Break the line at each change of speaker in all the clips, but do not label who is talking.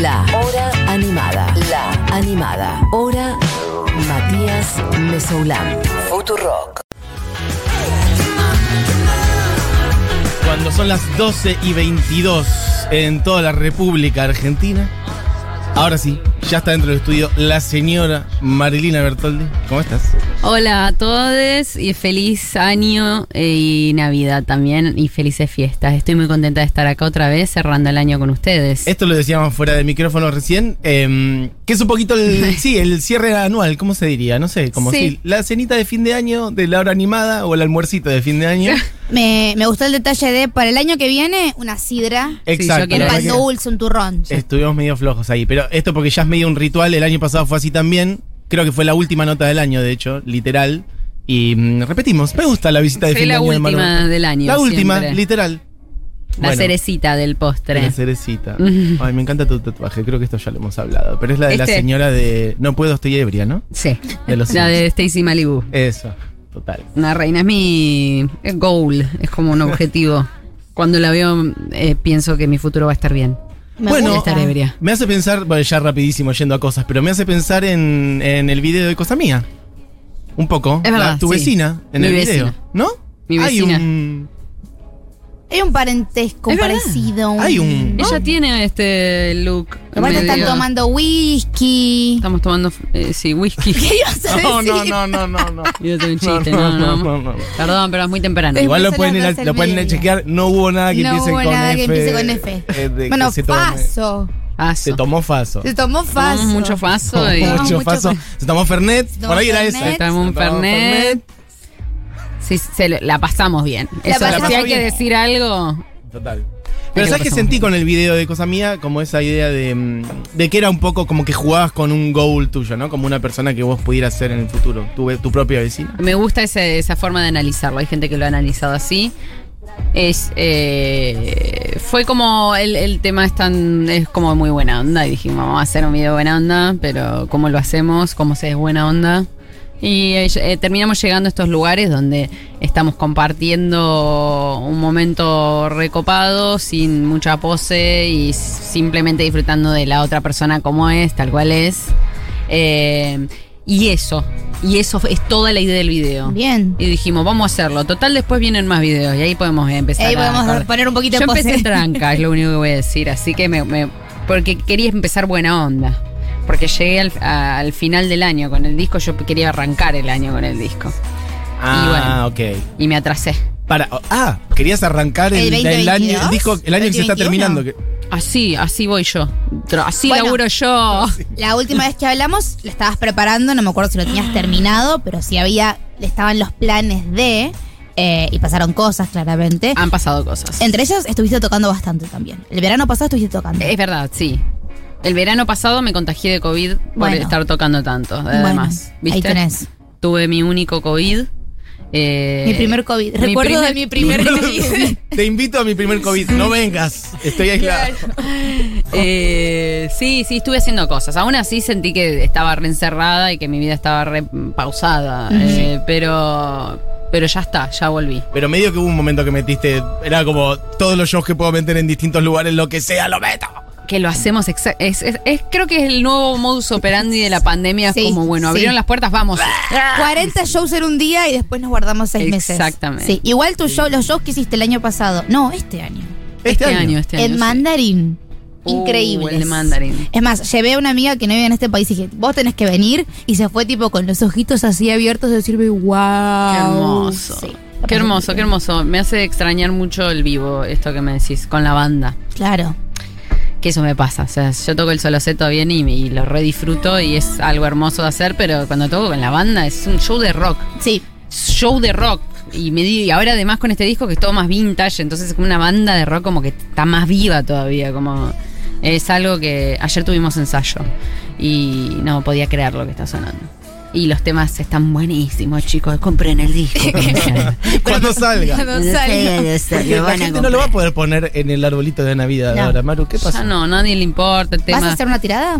La Hora Animada. La Animada. Hora Matías Mesoulán. Futurock.
Cuando son las 12 y 22 en toda la República Argentina. Ahora sí, ya está dentro del estudio la señora Marilina Bertoldi. ¿Cómo estás?
Hola a todos y feliz año eh, y Navidad también y felices fiestas. Estoy muy contenta de estar acá otra vez cerrando el año con ustedes.
Esto lo decíamos fuera de micrófono recién, eh, que es un poquito el, sí, el cierre anual, ¿cómo se diría? No sé, como
Sí.
si la cenita de fin de año de la hora animada o el almuercito de fin de año.
Me, me gustó el detalle de para el año que viene, una sidra,
Exacto.
yo
la
quiero
un
verdad
pan
que-
dulce, un turrón.
Sí. Estuvimos medio flojos ahí, pero esto porque ya es medio un ritual, el año pasado fue así también, creo que fue la última nota del año, de hecho, literal, y mm, repetimos, me gusta la visita de
Soy
fin de
la
año de
última
Manuel.
del año,
La última,
siempre.
literal.
La
Bueno,
cerecita del postre.
La cerecita.
Ujú.
Ay, me encanta tu tatuaje, creo que esto ya lo hemos hablado, pero es la de la
Este.
señora de... No puedo, estoy ebria, ¿no?
Sí.
De los
La de Stacy Malibu.
Eso, total.
Una reina es mi es goal, es como un objetivo. Cuando la veo eh, pienso que mi futuro va a estar bien.
Me
Bueno,
gusta.
Estar ebria.
Me hace pensar, bueno, ya rapidísimo yendo a cosas, pero me hace pensar en, en el video de Cosa Mía. Un poco.
Es verdad,
La- tu
sí.
vecina en
Mi
el
vecina.
video. ¿No?
Mi
Hay
vecina.
un.
Hay un parentesco, un
Es verdad.
parecido.
Hay un-
Ella tiene este look.
Aparte están
medio-
tomando whisky.
Estamos tomando eh, sí, whisky.
¿Qué ibas a
No,
decir?
no, no, no, no, no.
Yo tengo un chiste,
No,
no,
no,
no,
no, no, no.
Perdón, pero es muy temprano.
Eh,
Igual lo
Empezó
pueden,
las
ir a,
doce
lo
del
pueden ir a
mediodía.
chequear. No hubo nada que
No
empiece
hubo
con
nada
F.
que empiece con F.
eh, de que
Bueno,
se tome-
paso.
Faso.
Se tomó Faso.
Se tomó
Tomamos
faso.
mucho faso y
tomó
Mucho
mucho
Faso.
Faso.
Se tomó Fernet.
Se tomó
Por ahí era
Fernet.
esa.
Se
tomó un
Se tomó
Fernet. sí, se lo- la pasamos bien.
La
Eso,
pasamos
si hay
bien.
que decir algo,
Total.
Ahí
Pero
lo
¿sabes qué
pasamos
sentí
bien.
con el video de Cosa Mía? Como esa idea de, mm, de que era un poco como que jugabas con un goal tuyo, ¿no? Como una persona que vos pudieras ser en el futuro, tu, ve- tu propia vecina.
me gusta ese- esa forma de analizarlo. Hay gente que lo ha analizado así. Es, eh, fue como el, el tema es tan es como muy buena onda y dijimos vamos a hacer un video buena onda pero cómo lo hacemos cómo se es buena onda y eh, terminamos llegando a estos lugares donde estamos compartiendo un momento recopado sin mucha pose y simplemente disfrutando de la otra persona como es tal cual es Eh, y eso y eso es toda la idea del video
Bien.
y dijimos, vamos a hacerlo. Total, después vienen más videos y ahí podemos eh, empezar.
Ahí
a-
podemos
a-
poner un poquito
Yo
de pose.
empecé tranca, es lo único que voy a decir. Así que me. me- porque quería empezar buena onda. Porque llegué al, a- al final del año con el disco. Yo quería arrancar el año con el disco.
Ah, ok.
Y me atrasé.
Para, oh, ah, querías arrancar el,
¿El
el
2022?
año, el disco, el año que se está
2021?
terminando. que-
Así, así voy yo. Tra- Así
Bueno.
laburo yo.
La última vez que hablamos, la estabas preparando, no me acuerdo si lo tenías terminado, pero sí había, estaban los planes de, eh, y pasaron cosas claramente.
Han pasado cosas.
Entre ellos estuviste tocando bastante también. El verano pasado estuviste tocando.
Es verdad, sí. El verano pasado me contagié de COVID por
Bueno.
estar tocando tanto. Además,
ahí
¿viste?
tenés.
Tuve mi único COVID. eh,
mi primer COVID.
mi primer-
Recuerdo de mi primer COVID.
Te invito a mi primer COVID. No vengas. Estoy aislado.
Eh, sí, sí, estuve haciendo cosas. Aún así sentí que estaba re encerrada y que mi vida estaba re pausada. Eh, pero, pero ya está, ya volví.
Pero medio que hubo un momento que metiste. Era como todos los shows que puedo meter en distintos lugares, lo que sea, lo meto.
Que lo hacemos exa- es, es- es- Creo que es el nuevo modus operandi de la pandemia.
Sí,
como, bueno,
sí.
abrieron las puertas, vamos. Ah.
40 shows en un día y después nos guardamos seis meses.
Exactamente.
Sí, igual tu show, los shows que hiciste el año pasado. No, este año.
Este, año.
este
en
sí.
mandarín.
Uh,
Increíble.
el de mandarín.
Es más, llevé a una amiga que no vive en este país y dije, vos tenés que venir. Y se fue tipo con los ojitos así abiertos de decirme, wow.
Qué hermoso.
Sí.
Qué hermoso, qué hermoso. Me hace extrañar mucho el vivo, esto que me decís, con la banda.
Claro.
que eso me pasa. O sea, yo toco el soloseto bien y, y lo redisfruto y es algo hermoso de hacer, pero cuando toco con la banda es un show de rock.
Sí.
Show de rock. Y, me di- y ahora además con este disco que es todo más vintage, entonces es como una banda de rock como que está más viva todavía, como... Es algo que ayer tuvimos ensayo y no podía creer lo que está sonando. Y los temas están buenísimos, chicos. Compren el disco.
Cuando salga.
No salgo.
Porque la gente no lo va a poder poner en el arbolito de Navidad
No.
ahora, Maru. ¿Qué
Ya
pasa?
no, nadie le importa el tema.
¿Vas a hacer una tirada?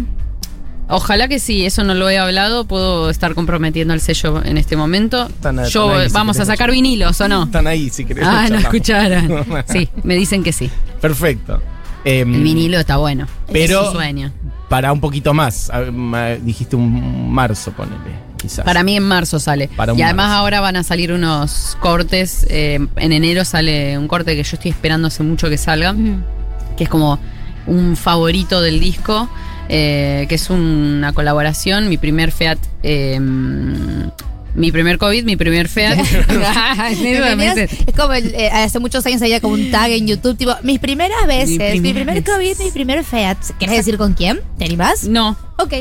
Ojalá que sí, eso no lo he hablado, puedo estar comprometiendo el sello en este momento.
Tan- tan
Yo
ahí, si
vamos a
querés,
sacar vinilos o no.
Están ahí, si querés.
Ah, no
charlamos.
escucharon. Sí, me dicen que sí.
Perfecto. Em,
El vinilo está bueno.
Pero-
es un sueño.
Para un poquito más. A- ma- dijiste un marzo, ponele, quizás.
Para mí en marzo sale.
Para un
y además
marzo.
ahora van a salir unos cortes. eh, en enero sale un corte que yo estoy esperando hace mucho que salga, que es como un favorito del disco, eh, que es una colaboración, mi primer Fiat... eh, mi primer COVID, mi primer Fiat.
¿Entendés? es como el, eh, hace muchos años había como un tag en YouTube, tipo, mis primeras veces, mi,
primera
primer
vez.
COVID, mi primer FEAT. ¿Querés decir con quién? ¿Te animás?
no,
Ok.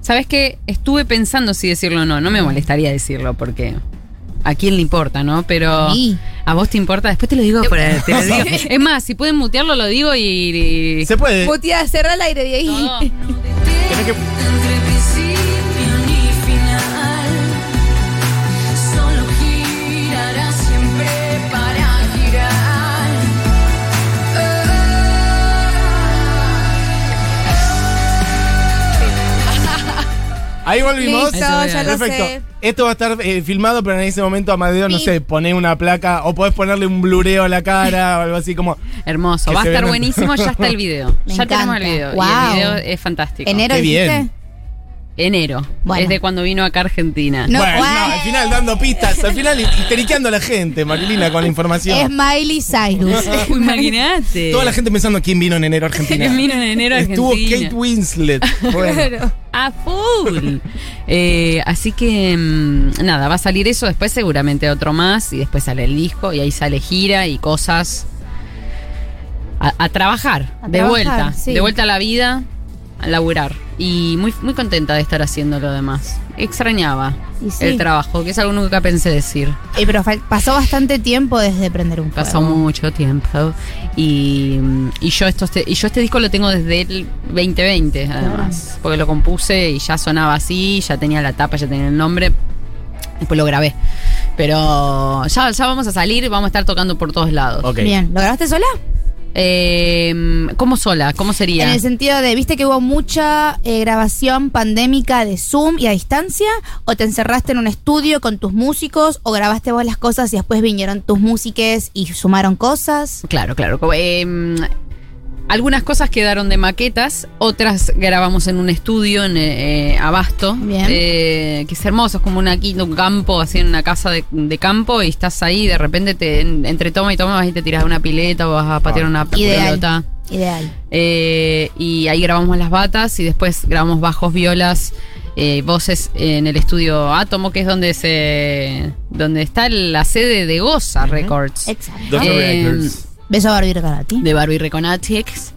¿Sabes qué? Estuve pensando si decirlo o no. No me molestaría decirlo porque a quién le importa, ¿no? Pero
A mí.
a vos te importa. Después te lo digo. por- te lo digo. Es más, si pueden mutearlo, lo digo y. y-
Se puede.
Putia, cerra el aire de ahí.
Todo.
Tenés que-
Entre principio ni final, solo girará siempre para girar.
Ahí volvimos.
Listo,
Ahí se
ya
ve,
lo
Perfecto.
sé.
Esto va a estar eh, filmado, pero en ese momento Amadeo, no
Pi.
sé, pone una placa o podés ponerle un blureo a la cara o algo así como.
Hermoso.
Que
Va a
se
estar
vean-
buenísimo. Ya está el video.
Me
ya tenemos
encanta.
el video. Y
Wow.
el video es fantástico.
¿Enero
Qué
dijiste?
bien.
Enero.
Bueno.
Es de cuando vino acá a Argentina.
No,
bueno,
guay.
no, al final dando pistas, al final histeriqueando a la gente, Marilina, con la
Es
información.
Miley Cyrus.
Imagínate.
Toda la gente pensando quién vino en enero a Argentina.
Que vino eh. en enero a
Estuvo
Argentina. Eh,
Kate Winslet. Bueno,
Claro.
A full. Eh, así que mm, nada, va a salir eso, después seguramente otro más y después sale el disco y ahí sale gira y cosas. A, a trabajar,
A
de
trabajar,
vuelta,
sí.
de vuelta a la vida, a laburar. Y muy, muy contenta de estar haciendo lo demás. Extrañaba
Y sí.
el trabajo, que es algo que nunca pensé decir.
Eh, pero fal- pasó bastante tiempo desde prender un
Pasó
fuego.
mucho tiempo. Y, y yo esto este, y yo este disco lo tengo desde el 2020,
Ah.
además. Porque lo compuse y ya sonaba así, ya tenía la tapa, ya tenía el nombre. Después lo grabé. Pero ya, ya vamos a salir y vamos a estar tocando por todos lados.
ok.
Bien, ¿lo grabaste sola?
Eh, ¿Cómo sola? ¿Cómo
En
sería?
el sentido de, ¿viste que hubo mucha eh, grabación pandémica de Zoom y a distancia? ¿O te encerraste en un estudio con tus músicos? ¿O grabaste vos las cosas y después vinieron tus músiques y sumaron cosas?
Claro, claro. Como, eh, algunas cosas quedaron de maquetas, otras grabamos en un estudio en eh, eh, Abasto,
Bien.
eh, que es hermoso, es como una, quinta, un campo, así en una casa de, de campo y estás ahí, de repente te, en- entre toma y toma vas y te tiras de una pileta o vas a patear
Ah,
una
ideal.
pelota.
Ideal.
Eh, y ahí grabamos las batas y después grabamos bajos, violas, eh, voces en el estudio Átomo, que es donde se donde está la sede de Goza Records.
Exacto.
Dos
Eh,
records.
Beso a Barbie Recanati.
de Barbie Reconatix.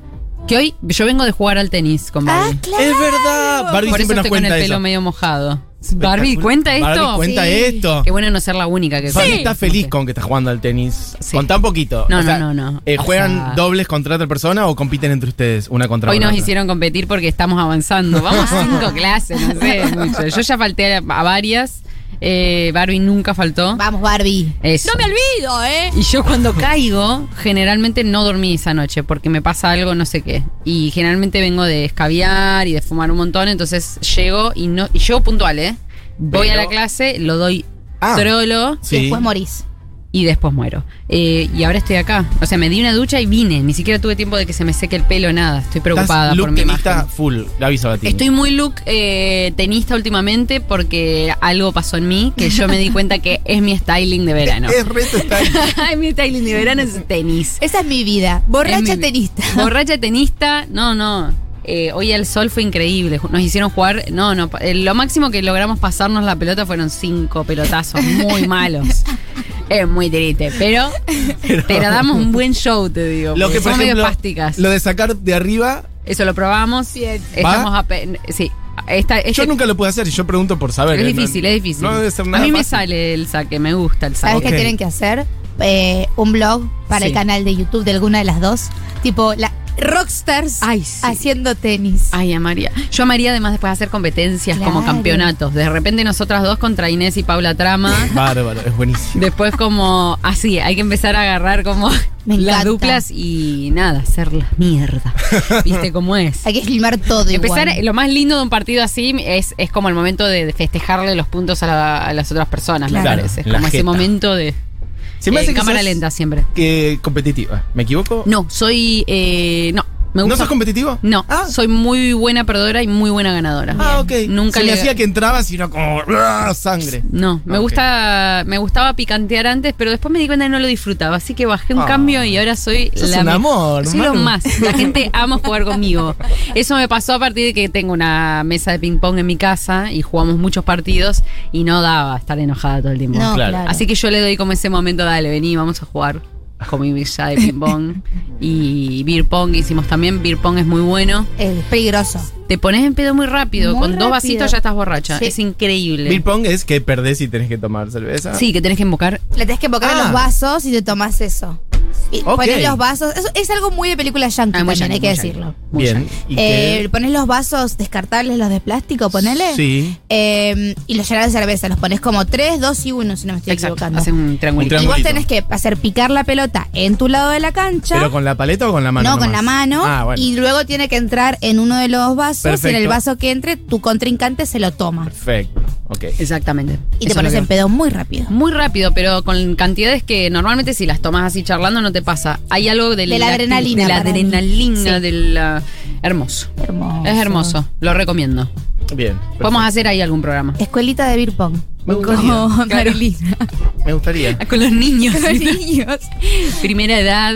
Que hoy yo vengo de jugar al tenis con
Ah,
Barbie.
claro.
Es verdad. Barbie
Por eso
siempre nos
estoy con el
cuenta
pelo
eso.
medio mojado.
Espectacular.
Barbie, ¿cuenta esto?
Barbie, cuenta
Sí.
esto.
Qué bueno no ser la única que
Barbie
Sí.
está feliz con que está jugando al tenis.
Sí.
Con tan poquito.
No, no, no, no.
eh,
O
¿Juegan
sea-
dobles contra otra persona o compiten entre ustedes? Una contra
Hoy
una
nos
otra?
hicieron competir porque estamos avanzando. Vamos cinco clases, no sé, mucho. Yo ya falté a, a varias. Eh, Barbie nunca faltó.
Vamos, Barbie.
Eso.
olvido, ¿eh?
Y yo cuando caigo, generalmente no dormí esa noche porque me pasa algo, no sé qué. Y generalmente vengo de escabiar y de fumar un montón, entonces llego y no y llego puntual, ¿eh? Voy
Pero-
a la clase, lo doy
Ah.
trolo
Y
Sí.
después morís.
y después muero. Eh, y ahora estoy acá. O sea, me di una ducha y vine. Ni siquiera tuve tiempo de que se me seque el pelo, nada. Estoy preocupada
Estás
por
look
mi
tenista
imagen.
full. Gaby Sabatini.
Estoy muy look eh, tenista últimamente porque algo pasó en mí que yo me di cuenta que es mi styling de verano.
Es reto estar.
Ay, mi styling de verano es tenis.
Esa es mi vida.
Es
Borracha
mi-
tenista.
Borracha tenista, no, no. Eh, hoy el sol fue increíble. Nos hicieron jugar. No, no. pa- eh, lo máximo que logramos pasarnos la pelota fueron cinco pelotazos muy malos. Es muy triste, pero, pero damos un buen show, te digo.
Lo
porque
que por
somos medio
ejemplo,
plásticas.
lo de sacar de arriba,
Eso lo probamos.
Bien.
Estamos ape- Sí. Esta, este-
yo nunca lo pude hacer y yo pregunto por saber.
es
¿eh?
difícil,
No-
es difícil.
No debe ser
A
nada
mí me
fácil.
sale el saque, me gusta el
¿Sabes
saque.
Ok.
qué tienen que hacer? Eh, un blog para el
Ah, Sí.
canal de YouTube de alguna de las dos. Tipo, la Rockstars
Ay, sí.
haciendo tenis.
Ay, amaría. Yo amaría además después hacer competencias como
Claro.
campeonatos. De repente nosotras dos contra Inés y Paula Trama.
Bárbaro, es buenísimo.
Después como así, hay que empezar a agarrar como
Me
las
encanta.
duplas y nada, hacer la mierda. ¿Viste cómo es?
Hay que filmar todo
Empezar,
igual.
lo más lindo de un partido así es, es como el momento de festejarle los puntos a, la- a las otras personas, me
Claro,
parece. Es
la
como ese
jeta.
momento de
Se me
Eh,
hace que
cámara
sos-
lenta siempre.
Que competitiva. ¿Me equivoco?
No, soy. eh, no, me
¿No
gusta.
sos competitivo?
No,
Ah,
soy muy buena perdedora y muy buena ganadora.
ah ok.
Nunca
Se
le
me hacía que entrabas y era como ¡ah! sangre.
No, me
Ah, ok.
gusta, me gustaba picantear antes, pero después me di cuenta que no lo disfrutaba, así que bajé un
Ah.
cambio y ahora soy
Sos
la
un
me-
amor,
soy lo
Manu.
más. La gente ama jugar conmigo. Eso me pasó a partir de que tengo una mesa de ping pong en mi casa y jugamos muchos partidos y no daba estar enojada todo el tiempo.
No,
claro.
claro.
Así que yo le doy como ese momento, dale, vení, vamos a jugar con mi mesa de ping pong y beer pong hicimos también, beer pong es muy bueno.
Es peligroso.
Te pones en pedo muy rápido,
Muy
con dos
rápido.
vasitos ya estás borracha.
Sí.
Es increíble.
Bill Pong es que perdés y tenés que tomar cerveza.
Sí, que tenés que invocar
Le tenés que invocar
Ah.
en los vasos y te tomás eso. Y
Ok.
Pones los vasos. Eso es algo muy de película yankee,
Ah, muy yankee,
también, hay que
muy
decirlo.
yankee. Muy
Bien.
yankee.
¿Y
Eh,
qué?
pones los vasos descartables, los de plástico, ponele.
Sí.
Eh, y los llenas de cerveza. Los pones como 3, 2 y 1, si no me estoy
Exacto,
equivocando.
hacen un triangulito.
Y vos
triangulito.
tenés que hacer picar la pelota en tu lado de la cancha.
¿Pero con la paleta o con la mano?
no, con
nomás?
la mano.
Ah, bueno.
Y luego tiene que entrar en uno de los vasos. Y en
Perfecto.
el vaso que entre, tu contrincante se lo toma.
Perfecto. Ok.
Exactamente.
Y
Eso
te pones
es lo
en
que-
pedo muy rápido.
Muy rápido, pero con cantidades que normalmente si las tomas así charlando no te pasa. Hay algo del-
De la adrenalina,
De la
para mí.
adrenalina,
Sí.
de la- Hermoso.
Hermoso.
Es hermoso, lo recomiendo.
Bien.
Podemos hacer ahí algún programa.
Escuelita de beer pong.
Me gustaría.
Como Carolina.
Me gustaría.
Con los niños.
Los niños.
Primera edad.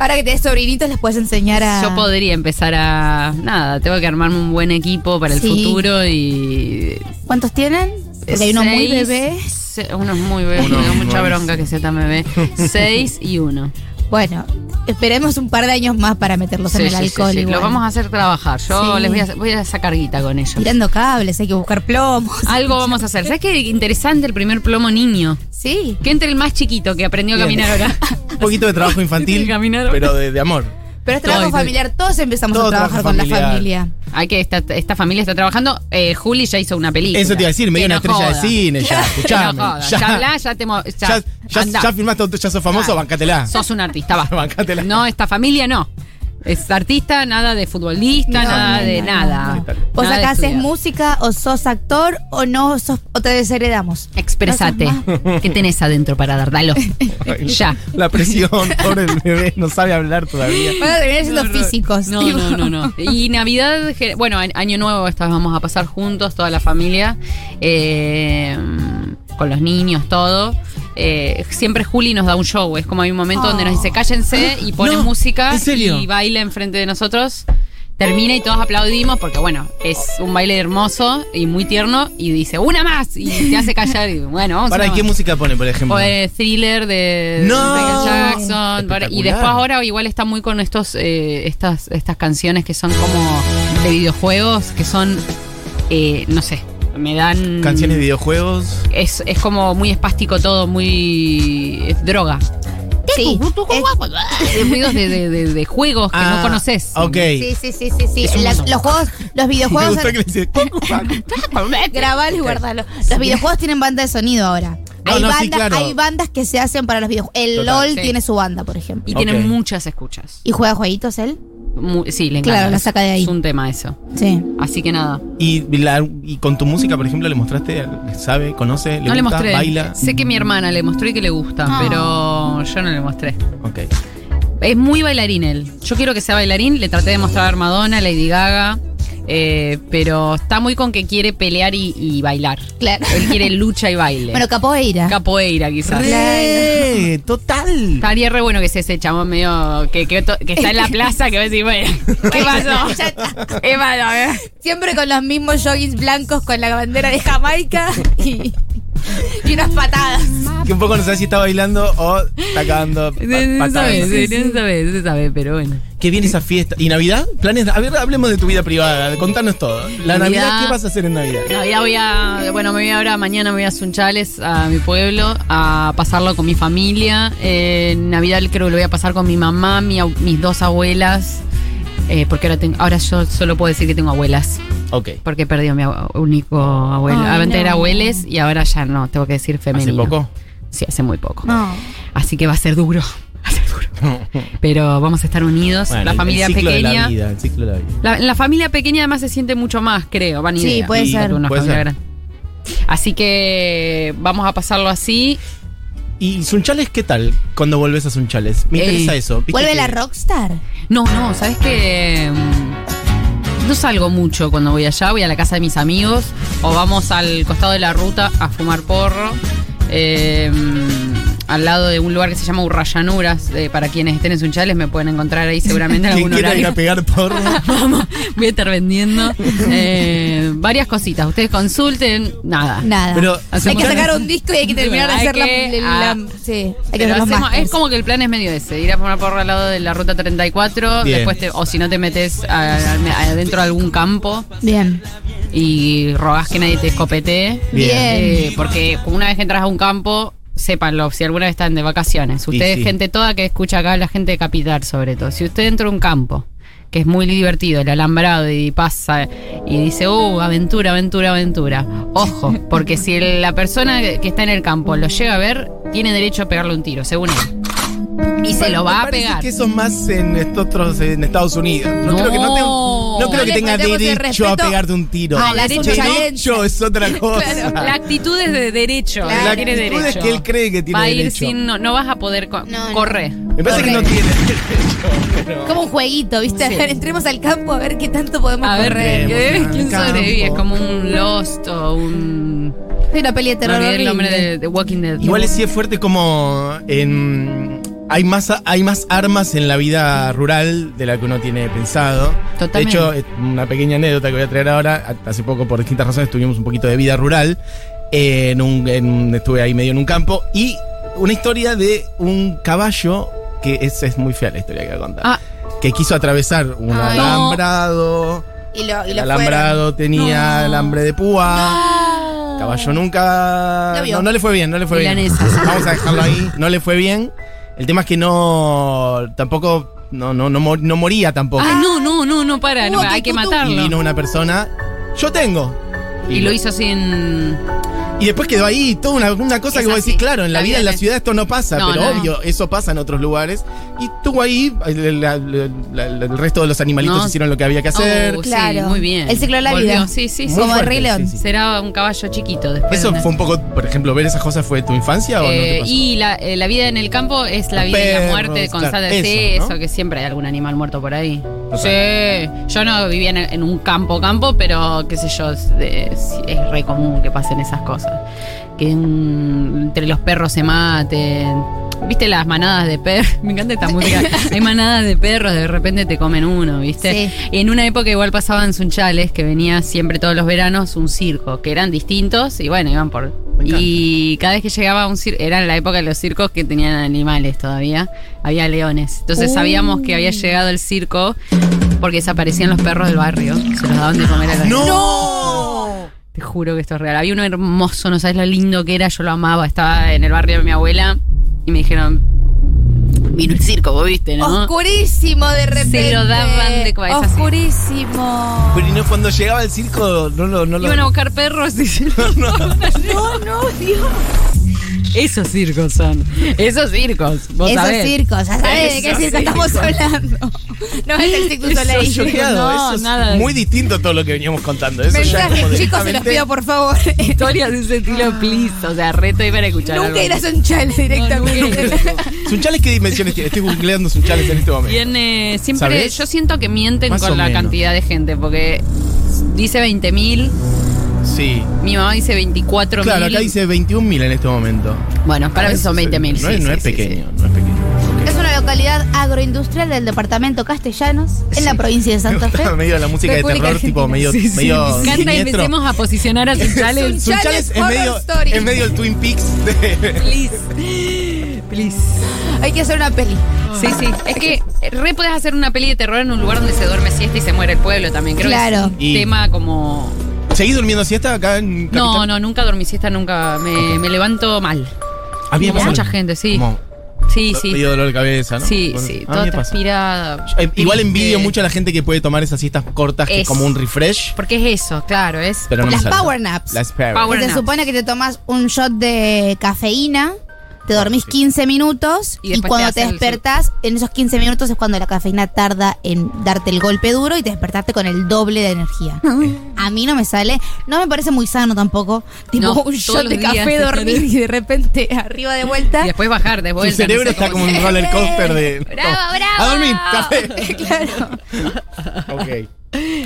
Ahora que tenés sobrinitos, les puedes enseñar a.
Yo podría empezar a. Nada, tengo que armarme un buen equipo para el
Sí.
futuro y.
¿Cuántos tienen? Porque hay uno muy
seis-
bebé.
se- uno es muy bebé,
Uno
me dio
muy
mucha
bebé.
bronca que sea tan bebé. Seis y uno.
Bueno, esperemos un par de años más para meterlos en
Sí,
el
sí, sí,
alcohol.
sí.
igual.
Los vamos a hacer trabajar. Yo
Sí.
les voy a, voy a sacar guita con ellos.
Tirando cables, hay que buscar plomos.
Algo vamos a hacer. ¿Sabes qué interesante el primer plomo niño?
Sí.
Que entre el más chiquito que aprendió a
Bien.
caminar ahora.
Un poquito de trabajo infantil,
Caminar.
pero de, de amor.
Pero es
Todo,
trabajo
todo.
familiar, todos empezamos
Todo
a trabajar
trabajo
con la
familiar.
familia.
Hay que esta, esta familia está trabajando. Eh, Juli ya hizo una película.
Eso te iba a decir, me dio
Que
una
no
estrella
joda.
de cine, ya,
Que no
escuchame.
joda. Ya, hablá, ya te mo- ya,
ya, ya-
andá.
ya firmaste, otro- ya sos famoso,
Claro.
bancatela.
Sos un artista, va.
Bancátela.
No, esta familia no. Es artista, nada de futbolista,
No,
nada
no,
de
no, no,
nada.
no.
Nada
Vos
de
acá haces
estudiar.
música, o sos actor, o no sos, o te desheredamos.
Eh. Expresate. ¿Qué tenés adentro para dar? Dalo. ya.
La presión, pobre el bebé, no sabe hablar todavía.
Van a terminar siendo físicos.
No,
tipo.
no, no, no. Y Navidad, ge- bueno, a- Año Nuevo, esta vez vamos a pasar juntos, toda la familia, eh, con los niños, todo. Eh, siempre Juli nos da un show, es como hay un momento donde nos dice cállense y pone
Ah. No,
música
¿en serio?
y baila enfrente de nosotros. Termina y todos aplaudimos porque, bueno, es un baile hermoso y muy tierno y dice una más y te hace callar y bueno, vamos
Para,
una
¿y qué
más.
música pone, por ejemplo?
Pues thriller de
No.
Michael Jackson.
Espectacular.
Y después ahora igual está muy con estos eh, estas, estas canciones que son como de videojuegos, que son, eh, no sé, me dan...
Canciones de videojuegos.
Es, es como muy espástico todo, muy... es droga.
Sí. Es-
De ruidos de, de- de- de juegos que no conoces.
Ah, Ok.
Sí, sí, sí, sí, sí.
Es un
Las-
mundo.
los juegos, los
Me
videojuegos.
gusta que le dice, "Cucu, cucu".
Grabalo y guardalo. Los videojuegos tienen banda de sonido ahora.
No,
hay,
no, sí,
bandas,
claro.
hay bandas que se hacen para los videojuegos. El
Total,
LOL
sí.
tiene su banda, por ejemplo.
Y
Ok.
tienen muchas escuchas.
¿Y juega jueguitos él?
Mu- sí, le encanta.
Claro, la saca de ahí.
Es un tema eso.
Sí.
Así que nada.
Y, la- y con tu música, por ejemplo, le mostraste, sabe, conoce, le
no
gusta,
le mostré.
baila.
Sé que mi hermana le mostró y que le gusta,
Ah.
pero yo no le mostré.
Ok.
Es muy bailarín él. Yo quiero que sea bailarín. Le traté de mostrar Madonna, Lady Gaga, eh, pero está muy con que quiere pelear y, y bailar.
Claro.
Él quiere lucha y baile.
Bueno, capoeira.
Capoeira, quizás.
¡Re! ¡Total!
Estaría re bueno que sea ese chabón medio que, que, to- que está en la plaza que va a decir, bueno, ¿qué pasó?
Ya está.
¿Qué pasó? A ver.
Siempre con los mismos joggings blancos con la bandera de Jamaica y, y unas patadas.
Que un poco no sabes si está bailando o está cagando pa-
No
patadas.
sabes, no sabes, no sabes, pero bueno.
Que viene esa fiesta. ¿Y Navidad? ¿Planes? A ver, hablemos de tu vida privada. Contanos todo. La Navidad,
Navidad.
¿qué vas a hacer en Navidad?
No, ya voy a. Bueno, me voy ahora, mañana me voy a Sunchales, a mi pueblo, a pasarlo con mi familia. Eh, Navidad creo que lo voy a pasar con mi mamá, mi ab- mis dos abuelas. eh, porque ahora, tengo- ahora yo solo puedo decir que tengo abuelas.
Ok.
Porque perdí a mi ab- único abuelo.
Ay,
Antes era
no.
abueles y ahora ya no, tengo que decir
¿Hace
femenino.
poco?
Sí, hace muy poco.
No.
Así que va a ser duro. Va a ser duro. Pero vamos a estar unidos.
Bueno, el-
la familia
el ciclo
pequeña.
De la vida, el ciclo de la vida.
La, en la familia pequeña además se siente mucho más, creo. Van
Sí,
idea.
puede
Y
ser.
una
Puede ser.
familia grande. Así que vamos a pasarlo así.
¿Y Sunchales qué tal cuando volvés a Sunchales? Me
Eh,
interesa eso. ¿Viste
¿Vuelve
que-
la rockstar?
No, no, sabes que no salgo mucho cuando voy allá, voy a la casa de mis amigos o vamos al costado de la ruta a fumar porro. eh, al lado de un lugar que se llama Urrayanuras, eh, para quienes estén en Sunchales me pueden encontrar ahí seguramente en
Quien
algún
quiera ir
horario.
a pegar por.
Vamos, voy a estar vendiendo eh, varias cositas. Ustedes consulten, nada.
Nada.
Pero
hay
hacemos-
que sacar un disco y hay que terminar de
Hay
hacer la,
que-
la-
ah.
Sí, hay que
Pero
hacer los
hacemos-
masters.
es como que el plan es medio ese, ir a fumar porro al lado de la ruta 34,
Bien.
después te- o si no te metes a- a- adentro de algún campo
Bien.
y rogás que nadie te escopetee.
Bien.
Eh, porque una vez que entras a un campo, sépanlo, si alguna vez están de vacaciones.
Y
Ustedes,
sí.
gente toda que escucha acá, la gente de Capital sobre todo. Si usted entra a un campo, que es muy divertido, el alambrado y pasa y dice, uh, aventura, aventura, aventura. Ojo, porque si el- la persona que que está en el campo lo llega a ver, tiene derecho a pegarle un tiro, según él. Y se lo va a
Parece
pegar.
que eso es más en estos otros en Estados Unidos. No, creo que, no te- no
No
creo que
le
tenga
faltemos el
derecho a
respeto
pegarte un tiro.
a la
derecho
Sunchalense.
es otra cosa.
La actitud es de derecho.
Claro.
La
él tiene
actitud es
derecho.
que él cree que tiene
Va a ir
derecho.
sin. No, no vas a poder. co-
No, no.
corre.
Me parece que no tiene derecho. pero-
Como un jueguito, ¿viste? A
Sí.
ver, entremos al campo a ver qué tanto podemos
A ver,
correr.
Corremos,
¿qué-
¿no?
¿quién
Campo.
sobrevive? Es como un Lost o un.
Es una peli de
No
terror
olvidé el nombre
horrible.
de, de Walking Dead.
Igual es- sí es fuerte como en. Hay más, hay más armas en la vida rural de la que uno tiene pensado.
Totalmente.
De hecho, es una pequeña anécdota que voy a traer ahora. Hace poco, por distintas razones, tuvimos un poquito de vida rural. Eh, en un- en- estuve ahí medio en un campo. Y una historia de un caballo que es, es muy fea la historia que voy a contar.
Ah.
Que quiso atravesar un
Ay. No.
alambrado.
Y lo, y
El
lo
alambrado tenía
No.
alambre de púa.
fueron.
Caballo nunca.
No vio.
No, no le fue bien, no le fue bien.
Milanesas.
Vamos a dejarlo ahí. No le fue bien. El tema es que no. Tampoco. No, no, no, mor- no moría tampoco.
Ah,
Ay, Ah, no, no, no, no, para. no,
Hubo
hay que
tucutu.
y
matarlo.
vino una persona. Yo tengo.
Y lo hizo sin.
Y después quedó ahí toda una, una cosa
Es
que vos
así.
decís, claro, en la,
La
vida
vida
en la
es-
ciudad esto no pasa,
No,
pero
no.
obvio, eso pasa en otros lugares. Y estuvo ahí, el, la- la- la- el resto de los animalitos
No.
hicieron lo que había que hacer.
Oh, sí,
Claro.
muy bien.
Él cicló la
Volvió,
vida.
Sí, sí,
Muy
sí.
Como
fuerte,
Rey León.
sí, sí.
Será un caballo chiquito después.
Eso
de-
fue un poco, por ejemplo, ver esas cosas fue tu infancia o no te
Eh,
pasó?
y la, eh, la vida en el campo es la
Los
vida y la
perros,
muerte
claro,
constante. sí,
eso,
eso,
¿no?
que siempre hay algún animal muerto por ahí.
sé.
Sí, yo no vivía en, en un campo, campo, pero qué sé yo, es, de- es- es re común que pasen esas cosas. Que mm, entre los perros se maten. ¿Viste las manadas de perros? Me encanta esta música. Hay manadas de perros, de repente te comen uno, ¿viste?
Sí.
Y en una época igual pasaban sunchales, que venía siempre todos los veranos un circo, que eran distintos y bueno, iban por...
Me encanta.
Y cada vez que llegaba un circo, era la época de los circos que tenían animales todavía, había leones. Entonces
Uh.
sabíamos que había llegado el circo porque desaparecían los perros del barrio, se los daban de comer a la
¡No!
Te juro que esto es real. Había uno hermoso, no sabes lo lindo que era, yo lo amaba, estaba en el barrio de mi abuela y me dijeron, vino el circo, vos viste, ¿no?
Ah. Oscurísimo de repente.
Se lo daban de cabeza, sí.
Oscurísimo.
Pero y no, cuando llegaba el circo, no lo. No lo
Iban a buscar perros y se los daban.
No, no, Dios.
Esos circos son. Esos circos. Vos
Esos
sabés.
circos, ya sabés de qué
Esos
circo estamos hablando. No es el Circo
Eso
Soleil.
yo
Choqueado,
No,
eso es
nada de-
muy distinto a todo lo que veníamos contando. Eso ya es como
Mensajes, chicos, se los
directamente-
pido por favor.
Historias de ese estilo, please. O sea, reto y para escuchar. algo.
Ah. Nunca irás a un chale
No, nunca
directamente.
irás.
¿Sunchales qué dimensiones tiene? Estoy googleando Sunchales en este momento.
Tiene, siempre,
¿Sabés?
yo siento que mienten
Más o
con la
menos.
cantidad de gente, porque dice 20.000,
Sí.
mi mamá dice 24.000.
Claro, acá dice 21.000 en este momento.
Bueno, para mí
Ah,
son 20.000.
No, es-
sí,
no
sí,
es
sí, sí.
pequeño, no es pequeño.
Es una localidad agroindustrial del departamento Castellanos, en la provincia de Santa Fe.
Está medio la música de
República
terror, tipo medio.
Sí, sí,
medio
me encanta,
siniestro.
empecemos a posicionar a Sunchales.
Sunchales
Sunchales es
Horror
medio,
Story.
es medio el Twin Peaks de.
please. Please.
Hay que hacer una peli.
Sí, sí. Es que re podés hacer una peli de terror en un lugar donde se duerme siesta y se muere el pueblo también. Creo que
Claro.
es un
Y-
tema como.
¿Seguís durmiendo siesta acá en Capital?
No, no, nunca dormí siesta, nunca. Me, me levanto mal.
A mí me
Como
pasa
mucha
lo-
gente, sí.
Ah, como
Sí, sí.
Medio dolor de cabeza, ¿no?
Sí,
Bueno, a
sí.
mí
Toda
me pasa.
transpirada.
Eh, Igual envidio
Triste.
mucho a la gente que puede tomar esas siestas cortas que es
Es-
como un refresh.
Porque es eso, claro, es.
Pero no me
Las
sale.
Ah,
power naps.
Las power.
Power-
Que se
naps.
supone que te tomas un shot de cafeína te dormís 15 minutos
Y
y,
después
cuando
te
te,
hacen el-
despertás, en esos 15 minutos es cuando la cafeína tarda en darte el golpe duro y te despertaste con el doble de energía. A mí no me sale, no me parece muy sano tampoco. Tipo,
Ah. No,
un
todos
shot
los
de
días
café,
te
dormir
tenés-
y de repente arriba de
Y
vuelta.
después bajar de vuelta.
Su cerebro
no sé
está
cómo
como un
se-
roller coaster de.
¡Bravo, bravo!
¡A dormir! ¡Café!
claro.
Ok.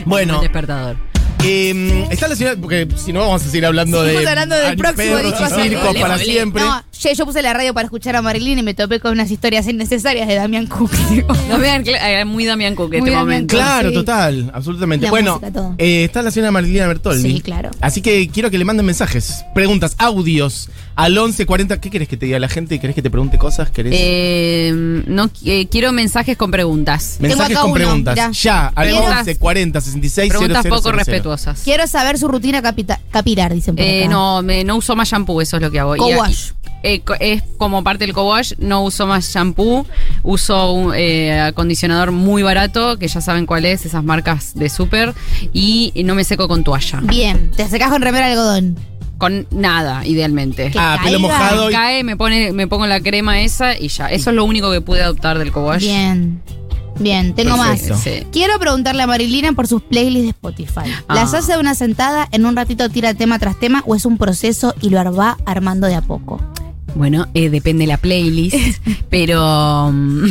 Bueno,
El despertador.
eh, está la señora. Porque si no, vamos a seguir hablando de.
Estamos hablando del
ani-
próximo
perros
dicho
y
así.
circos
Ole,
para
ole.
siempre.
No, yo, yo puse la radio para escuchar a Marilyn y me topé con unas historias innecesarias de Damián Cook. digo.
No vean, cla- era muy Damián Cook este
Muy Damián
momento.
Claro,
Sí.
total, absolutamente.
La
bueno,
música, todo.
eh, está la señora Marilina Bertoldi.
Sí, claro.
Así que quiero que le manden mensajes, preguntas, audios al 1140. ¿Qué querés que te diga la gente? ¿Querés que te pregunte cosas? ¿Querés?
Eh, no, eh, quiero mensajes con preguntas.
mensajes
tengo acá
con
uno,
preguntas.
mirá.
Ya, al
Preguntas-
1140 66
Preguntas
00
poco
00.
respetuosas.
Quiero saber su rutina capita- capilar, dicen por
Eh,
acá.
no, me- no uso más shampoo, eso es lo que hago. Y-
Co-wash.
y- eh, co- es como parte del co-wash, no uso más shampoo, uso un eh, acondicionador muy barato, que ya saben cuál es, esas marcas de súper, y no me seco con toalla.
Bien, te secás con remera de algodón.
Con nada, idealmente.
Que
Ah, pelo
caiga.
mojado. y-
Cae, me, pone, me pongo la crema esa y ya. Eso es lo único que pude adoptar del co-wash.
Bien. Bien, tengo
Perfecto.
más.
Sí.
Quiero preguntarle a Marilina por sus playlists de Spotify.
Ah.
¿Las hace de una sentada, en un ratito tira tema tras tema o es un proceso y lo va armando de a poco?
Bueno, eh, depende la playlist, pero mm,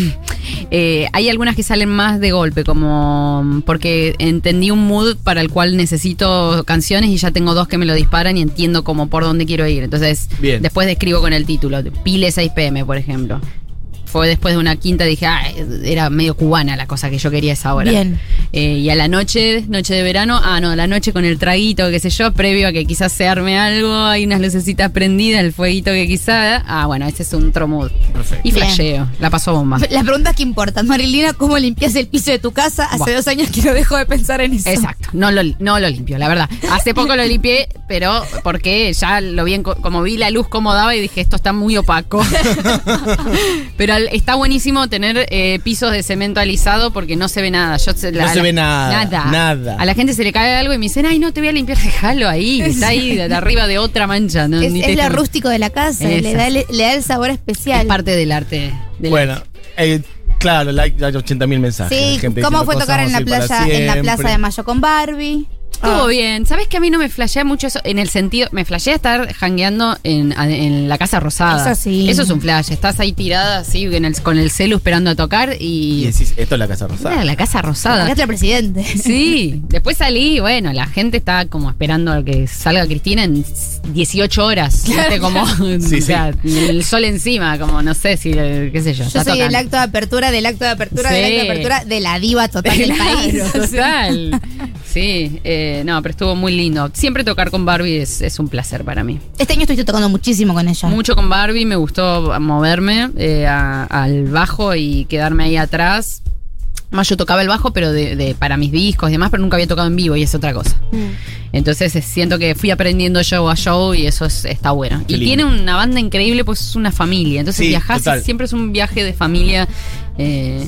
eh, hay algunas que salen más de golpe, como mm, porque entendí un mood para el cual necesito canciones y ya tengo dos que me lo disparan y entiendo como por dónde quiero ir. Entonces,
Bien.
después describo con el título, Pile 6 PM, por ejemplo. Fue después de una quinta, dije, ah, era medio cubana la cosa que yo quería esa hora.
Bien.
Eh, y a la noche, noche de verano, ah, no, la noche con el traguito, qué sé yo, previo a que quizás se arme algo, hay unas lucecitas prendidas, el fueguito que quizás. Ah, bueno, ese es un tromud.
Perfecto.
Y
Bien.
flasheo, la pasó bomba.
Las preguntas que importan. Marilina, ¿cómo limpias el piso de tu casa? Hace
Buah.
dos años que no dejo de pensar en eso.
Exacto, no lo, no lo limpio, la verdad. Hace poco lo limpié, pero porque ya lo vi, en co- como vi la luz como daba y dije, esto está muy opaco. pero al- está buenísimo tener eh, pisos de cemento alisado porque no se ve nada. Yo se-
No se ve nada, nada.
A la gente se le cae algo y me dicen, ay, no te voy a limpiar, déjalo ahí, está ahí de, de arriba de otra mancha. No,
Es,
ni
es
te-
lo rústico de la casa,
Esa.
le da, el, le da el sabor especial.
Es parte del arte. del
Bueno,
arte.
eh, claro, like, hay 80.000 mensajes.
sí,
gente
¿cómo
diciendo
fue
cosas,
tocar en la
vamos a ir para
playa, en la
siempre.
plaza de Mayo con Barbie?
Estuvo
Ah.
bien. ¿Sabes que a mí no me flashea mucho eso? En el sentido, me flashea estar jangueando en, a- en la Casa Rosada.
Eso sí.
Eso es un flash. Estás ahí tirada así en el- con el celu esperando a tocar
Y
y.
decís, esto es la Casa
Era
Rosada.
la Casa Rosada.
Acá el presidente.
Ah. Sí, después salí, bueno, la gente está como esperando a que salga Cristina en 18 horas, ¿viste? como
Sí,
o sea, el sol encima, como no sé si, eh, qué sé yo.
Yo soy el acto de apertura, del acto de apertura, del acto
Sí.
de apertura de la diva total del país. O sea,
total. Sí, eh, no, pero estuvo muy lindo. Siempre tocar con Barbie es, es un placer para mí.
Este año estuviste tocando muchísimo con ella.
Mucho con Barbie, me gustó moverme eh, a- al bajo y quedarme ahí atrás. Más yo tocaba el bajo, pero de, de- para mis discos y demás, pero nunca había tocado en vivo y es otra cosa. Entonces eh, siento que fui aprendiendo show a show y eso es- está bueno.
Qué
y
lindo.
tiene una banda increíble, pues es una familia. Entonces
Sí,
viajás y
total.
siempre es un viaje de familia. eh,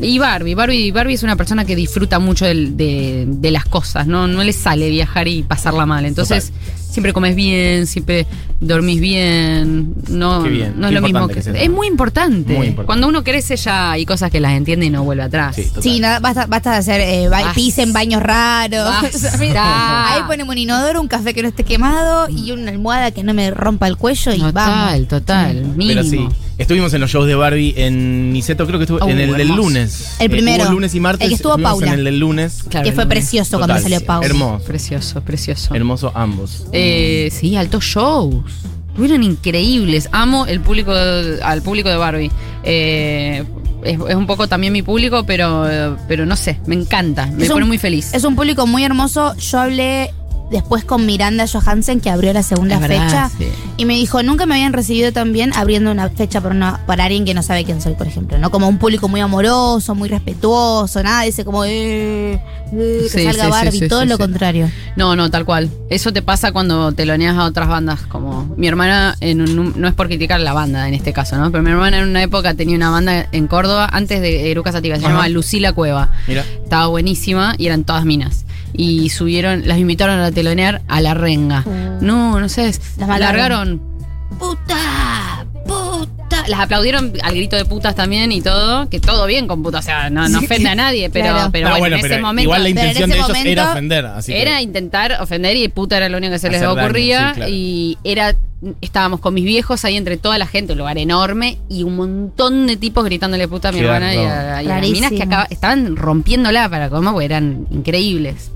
y Barbie, Barbie, Barbie es una persona que disfruta mucho del- de, de las cosas, ¿no? No le sale viajar y pasarla mal. Entonces, siempre comes bien, siempre dormís bien. No,
Qué bien,
no
qué
es lo mismo
importante
que.
que sea.
es muy importante.
Muy importante.
Cuando uno crece ya hay cosas que las entiende y no vuelve atrás.
Sí, total.
Sí, nada, basta, basta de hacer eh, ba-
Basta.
pis en baños raros.
Basta.
Ahí ponemos un inodoro, un café que no esté quemado y una almohada que no me rompa el cuello y vamos.
Total, total.
Pero sí,
mínimo.
estuvimos en los shows de Barbie en Niceto, creo que estuvo
Oh,
en el del
hermoso.
lunes.
El
Eh,
primero.
hubo lunes y martes.
El que estuvo
estuvimos
Paula.
En el del lunes.
Claro,
Que fue
el lunes.
precioso cuando
Total,
salió Paula.
Hermoso.
Precioso, precioso.
Hermoso ambos.
Eh, sí, altos shows. Fueron increíbles. Amo el público al público de Barbie. Eh, es, es un poco también mi público, pero, pero no sé, me encanta. Me
Es un-
pone muy feliz.
Es un público muy hermoso. Yo hablé después con Miranda Johansen, que abrió la segunda
Es verdad,
fecha.
sí.
Y me dijo, nunca me habían recibido tan bien abriendo una fecha para, una, para alguien que no sabe quién soy, por ejemplo. ¿no? Como un público muy amoroso, muy respetuoso, nada, dice como, eh, eh, que
Sí,
salga
sí,
Barbie,
sí, sí,
todo
sí,
lo
sí.
contrario.
No, no, tal cual. Eso te pasa cuando teloneas a otras bandas, como mi hermana, en un- no es por criticar la banda en este caso, ¿no? Pero mi hermana en una época tenía una banda en Córdoba, antes de Eruca Sativa, se
Ajá.
llamaba Lucila Cueva.
Mira.
Estaba buenísima y eran todas minas. Y subieron, las invitaron a telonear a La Renga. No, no sé,
Mm. Las
largaron.
¡Puta! ¡Puta!
buena. Las aplaudieron al grito de putas también y todo. Que todo bien con putas. O sea, no, no ofende a nadie, pero,
Claro.
pero
Ah,
bueno,
bueno,
en
pero
ese momento.
igual la
Pero en
intención
ese
de ellos era
momento
ofender. Así que-
Era intentar ofender y puta era lo único que se les
Hacer daño,
ocurría.
sí, claro.
Y era. Estábamos con mis viejos ahí entre toda la gente, un lugar enorme, y un montón de tipos gritándole puta a mi
Qué
hermana y a,
bárbaro.
y a las minas que
Rarísimo.
acaba- estaban rompiéndola para comer, porque eran increíbles.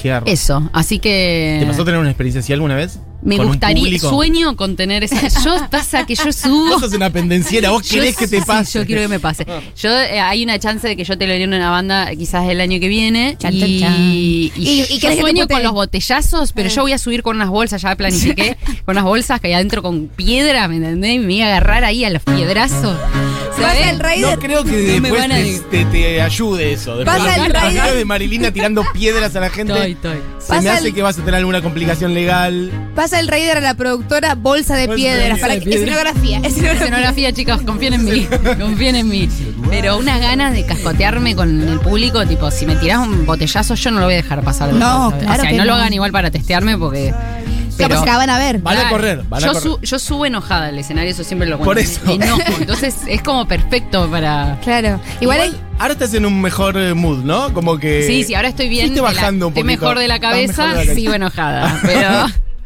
Qué arro-
Eso, así que.
¿Te pasó tener una experiencia así alguna vez?
Me
¿Con un
gustaría,
público?
sueño con tener esa. Yo pasa que yo subo.
Vos sos una pendenciera, vos querés
Yo-
que te
sí,
pase. Ah.
yo quiero que me pase. Yo eh, hay una chance de que yo te lo en una banda eh, quizás el año que viene.
Chan,
y,
chan, chan.
y,
¿Y- y
yo
querés que te Eh.
sueño
putee?
con los botellazos, pero yo voy a subir con unas bolsas, ya planifiqué, con unas bolsas que hay adentro con piedra, ¿me entendés? Y me voy a agarrar ahí a los piedrazos.
Pasa
¿sabés?
el rey
No
de-
creo que
No me
después
van a-
te, te- te ayude eso. Después
Pasa
los
el
videos
Raider.
de Marilina tirando piedras a la gente.
Estoy, estoy.
Se me
Pasa
hace
el-
que vas a tener alguna complicación legal.
Pasa el Raider a la productora Bolsa de
Bolsa de
Piedras. Para
piedras.
que- escenografía. escenografía.
Escenografía, chicos, confíen en mí. Confíen en mí. Pero unas ganas de cascotearme con el público, tipo, si me tirás un botellazo, yo no lo voy a dejar pasar. de
No,
vuelta.
claro
O sea,
que
no, lo
no.
hagan igual para testearme porque.
Capaz
pero-
que la van a ver.
Van a correr, van a
yo,
correr.
su- yo subo enojada al escenario, eso siempre lo cuento.
Por eso.
Me enojo, entonces es como perfecto para.
Claro. Igual, hay-
Ahora estás en un mejor eh, mood, ¿no? Como que.
Sí, sí, ahora estoy bien.
Fuiste
de la-
Eh, bajando un
estoy
poquito.
mejor de la
Estás mejor
cabeza,
de la cabeza.
sigo enojada. Pero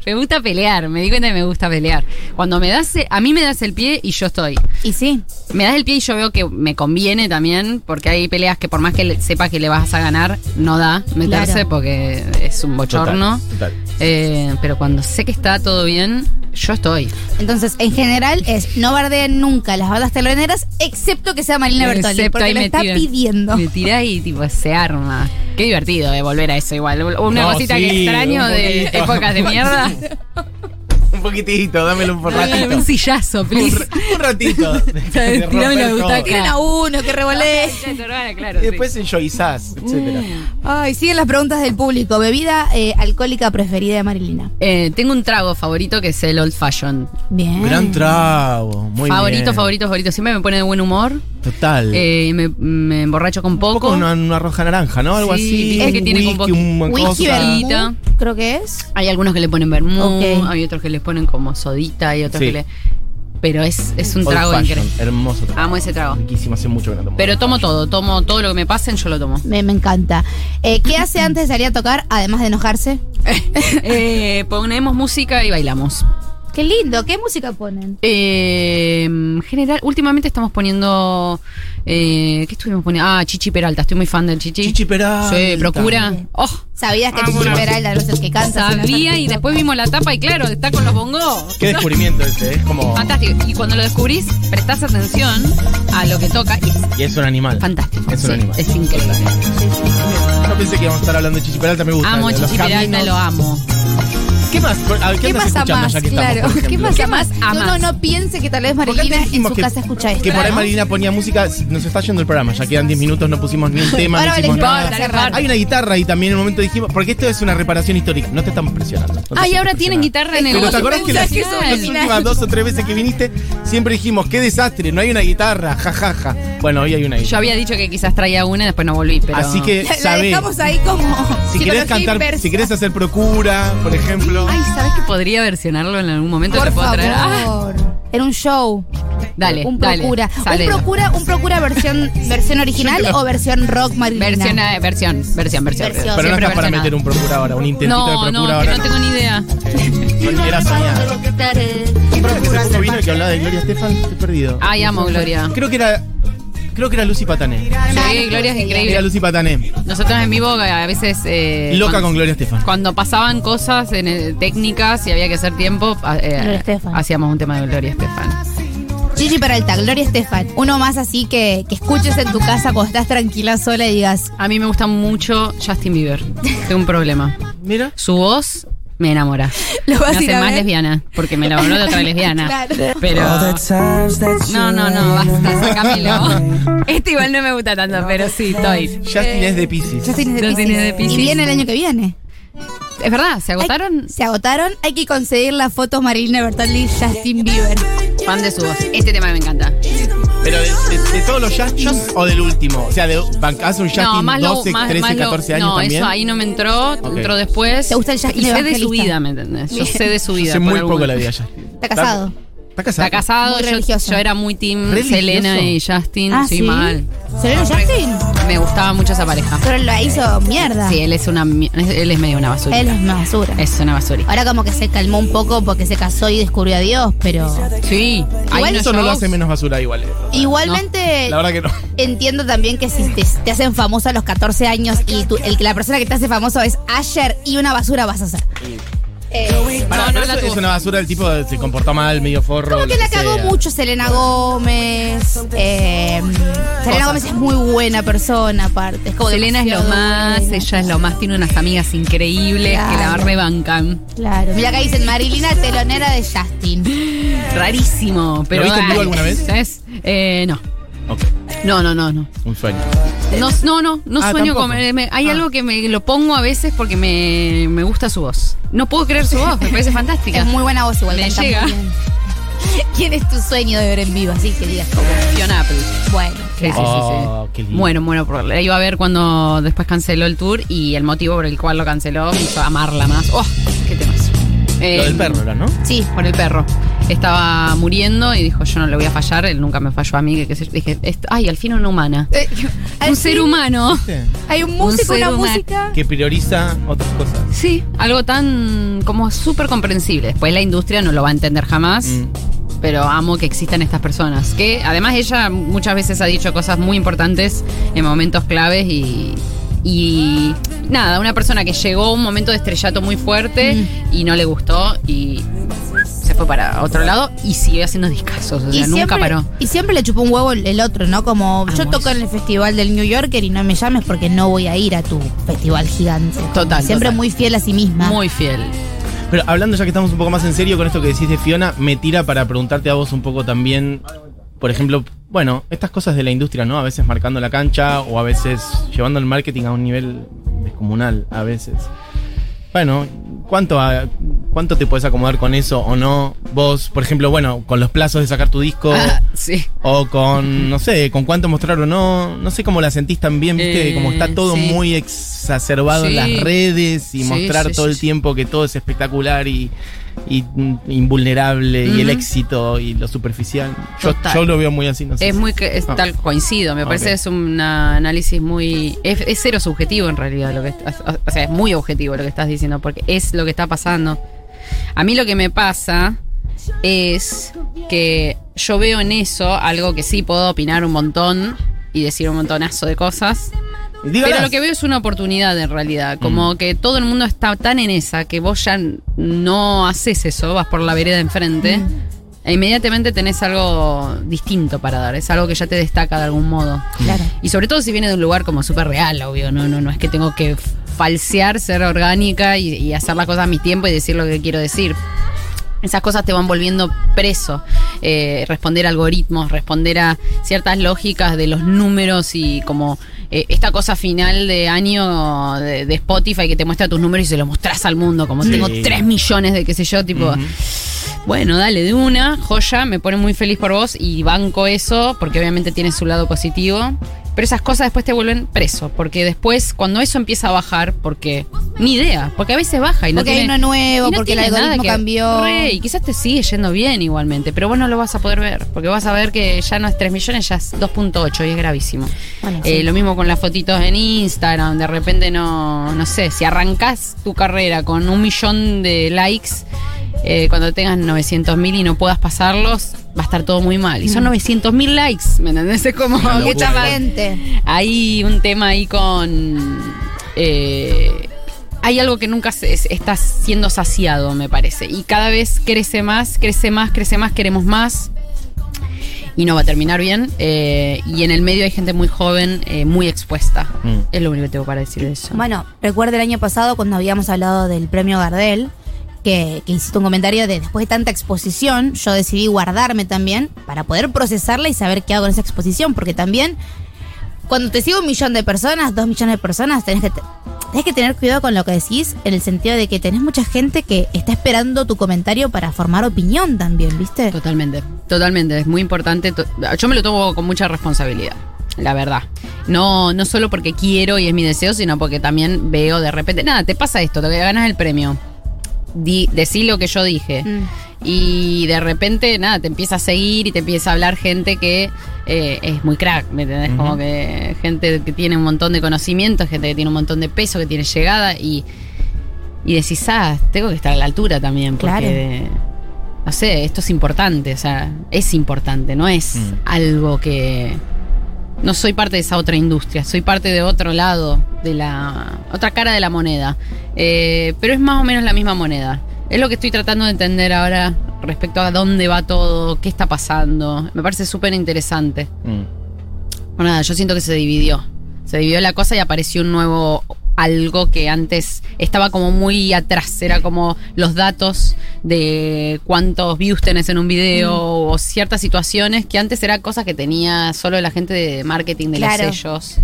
me gusta pelear, me di cuenta que me gusta pelear. Cuando me das, a mí me das el pie y yo estoy.
Y sí.
Me das el pie y yo veo que me conviene también, porque hay peleas que por más que le- sepa que le vas a ganar, no da meterse
Claro.
porque es un
Total,
bochorno.
total.
Eh, pero cuando sé que está todo bien, yo estoy.
Entonces, en general es no bardeen nunca las bandas teloneras, excepto que sea Marina Bertoldi,
Excepto
porque
ahí
lo
me
está
tiran.
pidiendo.
Me tirás y tipo se arma. Qué divertido de volver a eso igual. Una
No,
cosita
sí,
que extraño
un
de
poquito.
épocas de mierda.
Un poquitito, dámelo un ratito.
Un sillazo,
Un,
please.
ra- un ratito. de- de
Tirame
romper
la
todo.
butaca.
Tiran a uno, que revolé.
claro,
Y después enjoyizás, etcétera.
Mm.
Ay, siguen las preguntas del público. Bebida eh, alcohólica preferida de Marilina.
Eh, tengo un trago favorito que es el old fashion.
Bien.
Gran trago. Muy
Mm. favorito,
bien.
favorito, favorito. Siempre me pone de buen humor.
Total.
Eh, me, me emborracho con
un
poco.
poco una, una roja naranja, ¿no? Algo
Sí,
así.
dice que
un
tiene
whisky,
como un
un
Whisky
cosa.
vermú.
vermouth, creo que es.
Hay algunos que le ponen vermú,
Ok.
hay otros que les ponen como sodita, hay otros
Sí.
que le. Pero es, es un
Old
trago
fashion,
increíble.
Hermoso trago.
Amo ese trago.
Riquísimo, hace mucho que no tomo.
Pero tomo todo, tomo todo lo que me pasen, yo lo tomo.
Me, me encanta. Eh, ¿Qué hace antes de salir a tocar, además de enojarse?
Eh, ponemos música y bailamos.
Qué lindo, ¿qué música ponen?
Eh, en general, últimamente estamos poniendo. eh, ¿Qué estuvimos poniendo? Ah, Chichi Peralta, estoy muy fan del Chichi.
Chichi Peralta.
Sí, procura. Oh,
Sabías que Chichi
bueno.
Peralta, los que canta.
sabía y después vimos la tapa y claro, está con los bongos.
Qué descubrimiento ese, es como.
Fantástico. Y cuando lo descubrís, prestás atención a lo que toca y es
Y es un animal.
fantástico.
Es un
Sí,
animal.
Es increíble.
Yo pensé que íbamos a estar hablando de Chichi Peralta, me gusta.
Amo
los
Chichi Peralta,
caminos.
lo amo.
¿Qué más? A ver, ¿Qué,
¿Qué
andas
más
escuchando
amás?
ya que
Claro.
estamos? por
¿Qué
ejemplo?
más
¿Qué
amás?
más
No, no,
amás?
no piense que tal vez
Porque antes
Marilina en
dijimos
su
que-
casa escucha esto.
Que por ahí
¿no?
Marilina ponía música, nos está yendo el programa, ya quedan 10 minutos, no pusimos ni un tema,
Ahora
no
vale,
hicimos
no,
nada.
para cerrar.
Hay una guitarra y también en un momento dijimos, porque esto es una reparación histórica, no te estamos presionando. no te
Ay,
sientas
ahora tienen
presionada.
guitarra en el
Pero te acordás que las,
que eso
las
es original.
últimas dos o tres veces que viniste siempre dijimos, qué desastre, no hay una guitarra, jajaja. Bueno, hoy hay una
Yo
guitarra.
había dicho que quizás traía una, después no volví, pero.
Así que
La, la
sabés,
dejamos ahí como.
si querés
psicología
cantar,
inversa.
si querés hacer procura, por ejemplo.
Ay, ¿sabes que podría versionarlo en algún momento?
Por
¿Lo puedo
favor.
traer? Ah,
Era un show.
dale,
un
dale.
procura.
Sale.
Un procura, un procura versión, versión original o versión rock Marilina.
Versión, eh, versión, versión, versión.
Versión.
Pero no
Siempre
estás para
versionada.
meter un procura ahora, un intentito de
No,
procura
no, que
ahora.
no tengo ni idea.
Era soñar.
eh.
Creo que se puso vino y que hablaba de Gloria Estefan, estoy perdido.
Ay, amo Gloria.
Ah, Creo que era. Creo que era Lucy Patané.
Sí, Gloria es
Era
increíble.
Lucy Patané.
Nosotros en vivo a veces. eh,
Loca
cuando-
con Gloria Estefan.
Cuando pasaban cosas en, eh, técnicas y había que hacer tiempo, a- eh,
Gloria Estefan.
hacíamos un tema de Gloria Estefan.
Gigi Peralta, Gloria Estefan. Uno más así que, que escuches en tu casa cuando estás tranquila sola y digas.
A mí me gusta mucho Justin Bieber. Tengo un problema.
Mira.
Su voz me enamora.
Lo
Me
vas a ir
hace
a
más
ver.
lesbiana, porque me enamoró de otra lesbiana.
Claro.
Pero. No, no,
No,
no, basta, sacámelo. Este igual no me gusta tanto, pero sí, estoy.
Justin es de Pisces.
Justin es de
Eh, Justin
Piscis.
es de Piscis.
Y viene el año que viene.
Es verdad, ¿se agotaron?
Hay- se agotaron. Hay que conseguir las fotos Marilina Bertoldi y Justin Bieber.
Fan de su voz. Este tema me encanta.
Pero de, de- de todos los Justins o del último. O sea, de, bancás un Justin 12, 13, 14 años
No,
también.
eso ahí no me entró,
Ok.
entró después.
¿Te gusta el Justin
Y sé de su
evangelista?
vida, ¿me entendés? Yo
Bien.
sé de su vida.
Hace
por
muy
algún-
poco la vida ya.
Está casado.
¿Está casado?
Está casado,
Muy
yo,
religioso.
yo era muy team
¿Religioso?
Selena y Justin,
Ah,
sí, mal.
¿Se lo Justin?
Me gustaba mucho esa pareja.
Pero lo hizo mierda.
Sí, él es una mi- él es medio una basura.
Él es una basura.
Es una basura.
Ahora como que se calmó un poco porque se casó y descubrió a Dios, pero...
Sí, hay
Igual
unos
Eso no lo
shows.
hace menos basura igual. eh.
Eh,
Igualmente...
La verdad que no.
Entiendo también que si te, te hacen famoso a los 14 años y tú- el, que la persona que te hace famoso es Asher y una basura vas a ser. Eh,
Pará,
No, no
pero
la
eso
tuvo.
es una basura, el tipo se comportó mal, medio forro.
como
lo
que la cagó
sea.
mucho Selena Gómez. eh, Selena Gómez es muy buena persona, aparte. Es como
Selena es lo
demasiado
más,
buena.
ella es lo más, tiene unas amigas increíbles que la
Claro.
rebancan.
Claro. Mira acá dicen Marilina, telonera de Justin.
Rarísimo, pero.
viste en vivo
ay,
alguna vez?
¿sabes? Eh, no.
Ok,
No, no, no, no.
un sueño.
No, no, no, no
Eh, Ah,
sueño
tampoco.
con. eh, me- hay
Ah.
algo que me lo pongo a veces porque me, me gusta su voz. No puedo creer su voz, me parece fantástica.
Es muy buena voz igual.
Me
canta muy
llega.
bien. ¿Quién es tu sueño de ver en vivo? Así que digas como,
Fiona Apple.
bueno.
Sí, sí, sí, sí.
Oh, qué lindo.
Bueno, bueno, por- la iba a ver cuando después canceló el tour y el motivo por el cual lo canceló me hizo amarla más. ¡Oh! ¡Qué temas! Eh,
Lo del perro era, ¿no?
Sí, por el perro. Estaba muriendo y dijo, yo no le voy a fallar, él nunca me falló a mí. que qué sé yo. Dije, "Est- ay, al fin una humana.
Eh,
Un ser humano.
¿Viste?
Hay un
Un
músico,
ser
una
humano.
música.
Que prioriza otras cosas.
Sí, algo tan como súper comprensible. Después la industria no lo va a entender jamás.
Mm.
Pero amo que existan estas personas. Que además ella muchas veces ha dicho cosas muy importantes en momentos claves y. y nada, una persona que llegó a un momento de estrellato muy fuerte
Mm.
y no le gustó y se fue para otro lado y siguió haciendo discazos. O sea, nunca
siempre,
paró.
y siempre le chupó un huevo el, el otro, ¿no? Como yo
Amo
toco
eso.
en el festival del New Yorker y no me llames porque no voy a ir a tu festival gigante.
Total,
Siempre
total.
muy fiel a sí misma.
Muy fiel.
Pero hablando ya que estamos un poco más en serio con esto que decís de Fiona, me tira para preguntarte a vos un poco también, por ejemplo, bueno, estas cosas de la industria, ¿no? A veces marcando la cancha o a veces llevando el marketing a un nivel descomunal, a veces. Bueno, ¿cuánto, a- cuánto te puedes acomodar con eso o no? Vos, por ejemplo, bueno, con los plazos de sacar tu
Oh.
disco.
Ah, sí.
O con, no sé, con cuánto mostrar o no. No sé cómo la sentís también, viste,
Eh,
como está todo
sí.
muy exacerbado en
Sí.
las redes y
Sí,
mostrar
sí,
todo
sí,
el
sí.
tiempo que todo es espectacular y, y invulnerable y el éxito y lo superficial. Yo,
Total.
yo lo veo muy así, no sé.
Es muy que- es
Ah.
tal coincido, me
Ok.
parece que es un ah, análisis muy es, es cero subjetivo en realidad lo que est- o- o sea, es muy objetivo lo que estás diciendo porque es lo que está pasando. A mí lo que me pasa es que yo veo en eso algo que sí puedo opinar un montón y decir un montonazo de cosas,
Dígalas.
pero lo que veo es una oportunidad en realidad, como que todo el mundo está tan en esa que vos ya n- no haces eso, vas por la vereda enfrente e inmediatamente tenés algo distinto para dar, es algo que ya te destaca de algún modo.
Claro.
Y sobre todo si viene de un lugar como súper real, obvio, no, no, no es que tengo que falsear, ser orgánica y, y hacer las cosas a mi tiempo y decir lo que quiero decir. Esas cosas te van volviendo preso. Eh, responder a algoritmos, responder a ciertas lógicas de los números y como eh, esta cosa final de año de, de Spotify que te muestra tus números y se los mostrás al mundo. Como
Sí.
tengo 3 millones de qué sé yo, tipo.
Ujú.
Bueno, dale, de una, joya, me pone muy feliz por vos y banco eso, porque obviamente tiene su lado positivo. Pero esas cosas después te vuelven preso, porque después, cuando eso empieza a bajar, porque ni idea, porque a veces baja y no
Porque hay
tiene-
uno nuevo,
y no
porque el
tiene nada
algoritmo
que-
cambió.
Re, y quizás te sigue yendo bien igualmente, pero vos no lo vas a poder ver, porque vas a ver que ya no es 3 millones, ya es 2.8 y es gravísimo.
Bueno,
Eh,
sí.
Lo mismo con las fotitos en Instagram, de repente no, no sé, si arrancas tu carrera con un millón de likes, eh, cuando tengas 900 mil y no puedas pasarlos, va a estar todo muy mal. Y son 900 mil likes, ¿me entendés? Es como
Una
que
locura.
está mal.
Gente.
Hay un tema ahí con... eh, hay algo que nunca se- es- está siendo saciado, me parece. Y cada vez crece más, crece más, crece más, queremos más y no va a terminar bien. Eh, y en el medio hay gente muy joven, eh, muy expuesta.
Mm.
Es lo único que tengo para decir de eso.
Bueno, recuerda el año pasado cuando habíamos hablado del premio Gardel, que, que hiciste un comentario de después de tanta exposición, yo decidí guardarme también para poder procesarla y saber qué hago en esa exposición, porque también cuando te sigue un millón de personas, dos millones de personas, tenés que, te- tenés que tener cuidado con lo que decís, en el sentido de que tenés mucha gente que está esperando tu comentario para formar opinión también, ¿viste?
Totalmente, totalmente. Es muy importante. to- Yo me lo tomo con mucha responsabilidad, la verdad. No, no solo porque quiero y es mi deseo, sino porque también veo de repente, nada, te pasa esto, te ganas el premio. Di, decí lo que yo dije.
Mm.
Y de repente, nada, te empieza a seguir y te empieza a hablar gente que eh, es muy crack, ¿me entendés? Como que gente que tiene un montón de conocimientos, gente que tiene un montón de peso, que tiene llegada y, y decís, ah, tengo que estar a la altura también, porque,
Claro.
eh, no sé, esto es importante, o sea, es importante, no es
Mm.
algo que... No soy parte de esa otra industria, soy parte de otro lado, de la otra cara de la moneda. Eh, pero es más o menos la misma moneda. Es lo que estoy tratando de entender ahora respecto a dónde va todo, qué está pasando. Me parece súper interesante.
Mm.
Bueno, nada, yo siento que se dividió. Se dividió la cosa y apareció un nuevo algo que antes estaba como muy atrás. Era como los datos de cuántos views tenés en un video o ciertas situaciones que antes era cosas que tenía solo la gente de marketing de
Claro.
los sellos.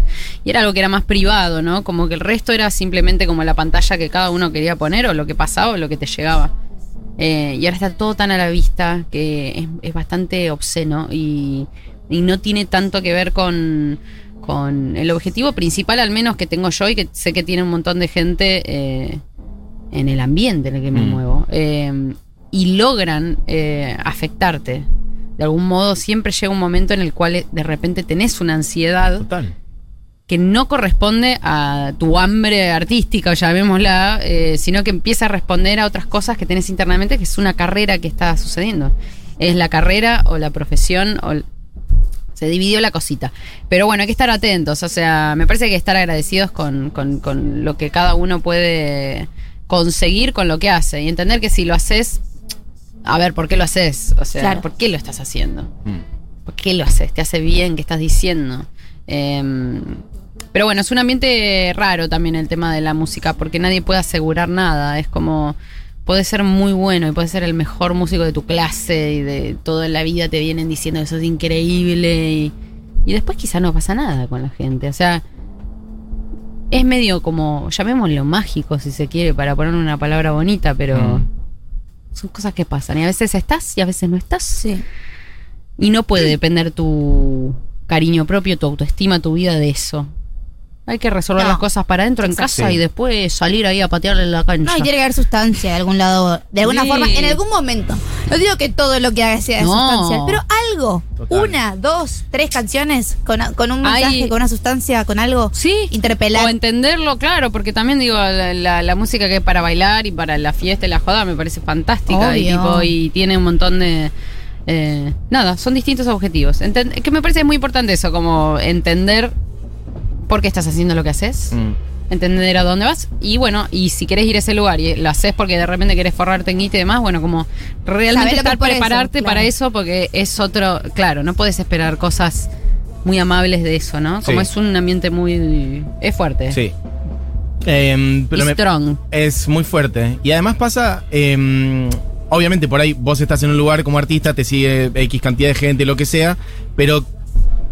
Y era algo que era más privado, ¿no? Como que el resto era simplemente como la pantalla que cada uno quería poner o lo que pasaba o lo que te llegaba. Eh, y ahora está todo tan a la vista que es, es bastante obsceno y, y no tiene tanto que ver con, con el objetivo principal, al menos que tengo yo y que sé que tiene un montón de gente eh, en el ambiente en el que me
Mm.
muevo. Eh, y logran eh, afectarte. De algún modo siempre llega un momento en el cual eh, de repente tenés una ansiedad
Total.
que no corresponde a tu hambre artística, llamémosla, eh, sino que empieza a responder a otras cosas que tenés internamente, que es una carrera que está sucediendo. Es la carrera o la profesión o... l- Se dividió la cosita. Pero bueno, hay que estar atentos. O sea, me parece que hay que estar agradecidos con, con- con lo que cada uno puede conseguir con lo que hace. Y entender que si lo haces, a ver, ¿por qué lo haces? O sea,
Claro.
¿por qué lo estás haciendo?
Mm.
¿Por qué lo haces? ¿Te hace bien? ¿Qué estás diciendo? Em, pero bueno, es un ambiente raro también el tema de la música, porque nadie puede asegurar nada. Es como, puedes ser muy bueno y puedes ser el mejor músico de tu clase y de toda la vida te vienen diciendo que sos increíble y, y después quizá no pasa nada con la gente. O sea, es medio como, llamémoslo mágico si se quiere, para poner una palabra bonita, pero
Mm.
son cosas que pasan. Y a veces estás y a veces no estás.
Sí.
Y no puede depender tu cariño propio, tu autoestima, tu vida de eso. Hay que resolver
No.
las cosas para adentro en casa
Sí.
y después salir ahí a patearle la cancha.
No, y tiene que haber sustancia de algún lado, de alguna
Sí.
forma, en algún momento. No digo que todo lo que haga sea de
No.
sustancial, pero algo.
Total.
Una, dos, tres canciones con, con un mensaje,
Hay-
con una sustancia, con algo.
Sí.
Interpelar.
O entenderlo, claro, porque también digo, la, la- la música que es para bailar y para la fiesta y la joda me parece fantástica. Y,
Obvio.
tipo, y tiene un montón de... eh, nada, son distintos objetivos. Enten- que me parece muy importante eso, como entender por qué estás haciendo lo que haces.
Mm.
entender a dónde vas y bueno, y si querés ir a ese lugar y lo haces porque de repente querés forrarte en guita y demás, bueno, como
Sabés
realmente
lo
estar
que podés hacer,
prepararte para
claro.
eso porque es otro, claro, no puedes esperar cosas muy amables de eso, ¿no? Como
Sí.
es un ambiente muy es fuerte.
Sí. Em,
Y
pero me-
strong.
es muy fuerte. Y además pasa, em, obviamente por ahí vos estás en un lugar como artista, te sigue X cantidad de gente, lo que sea, pero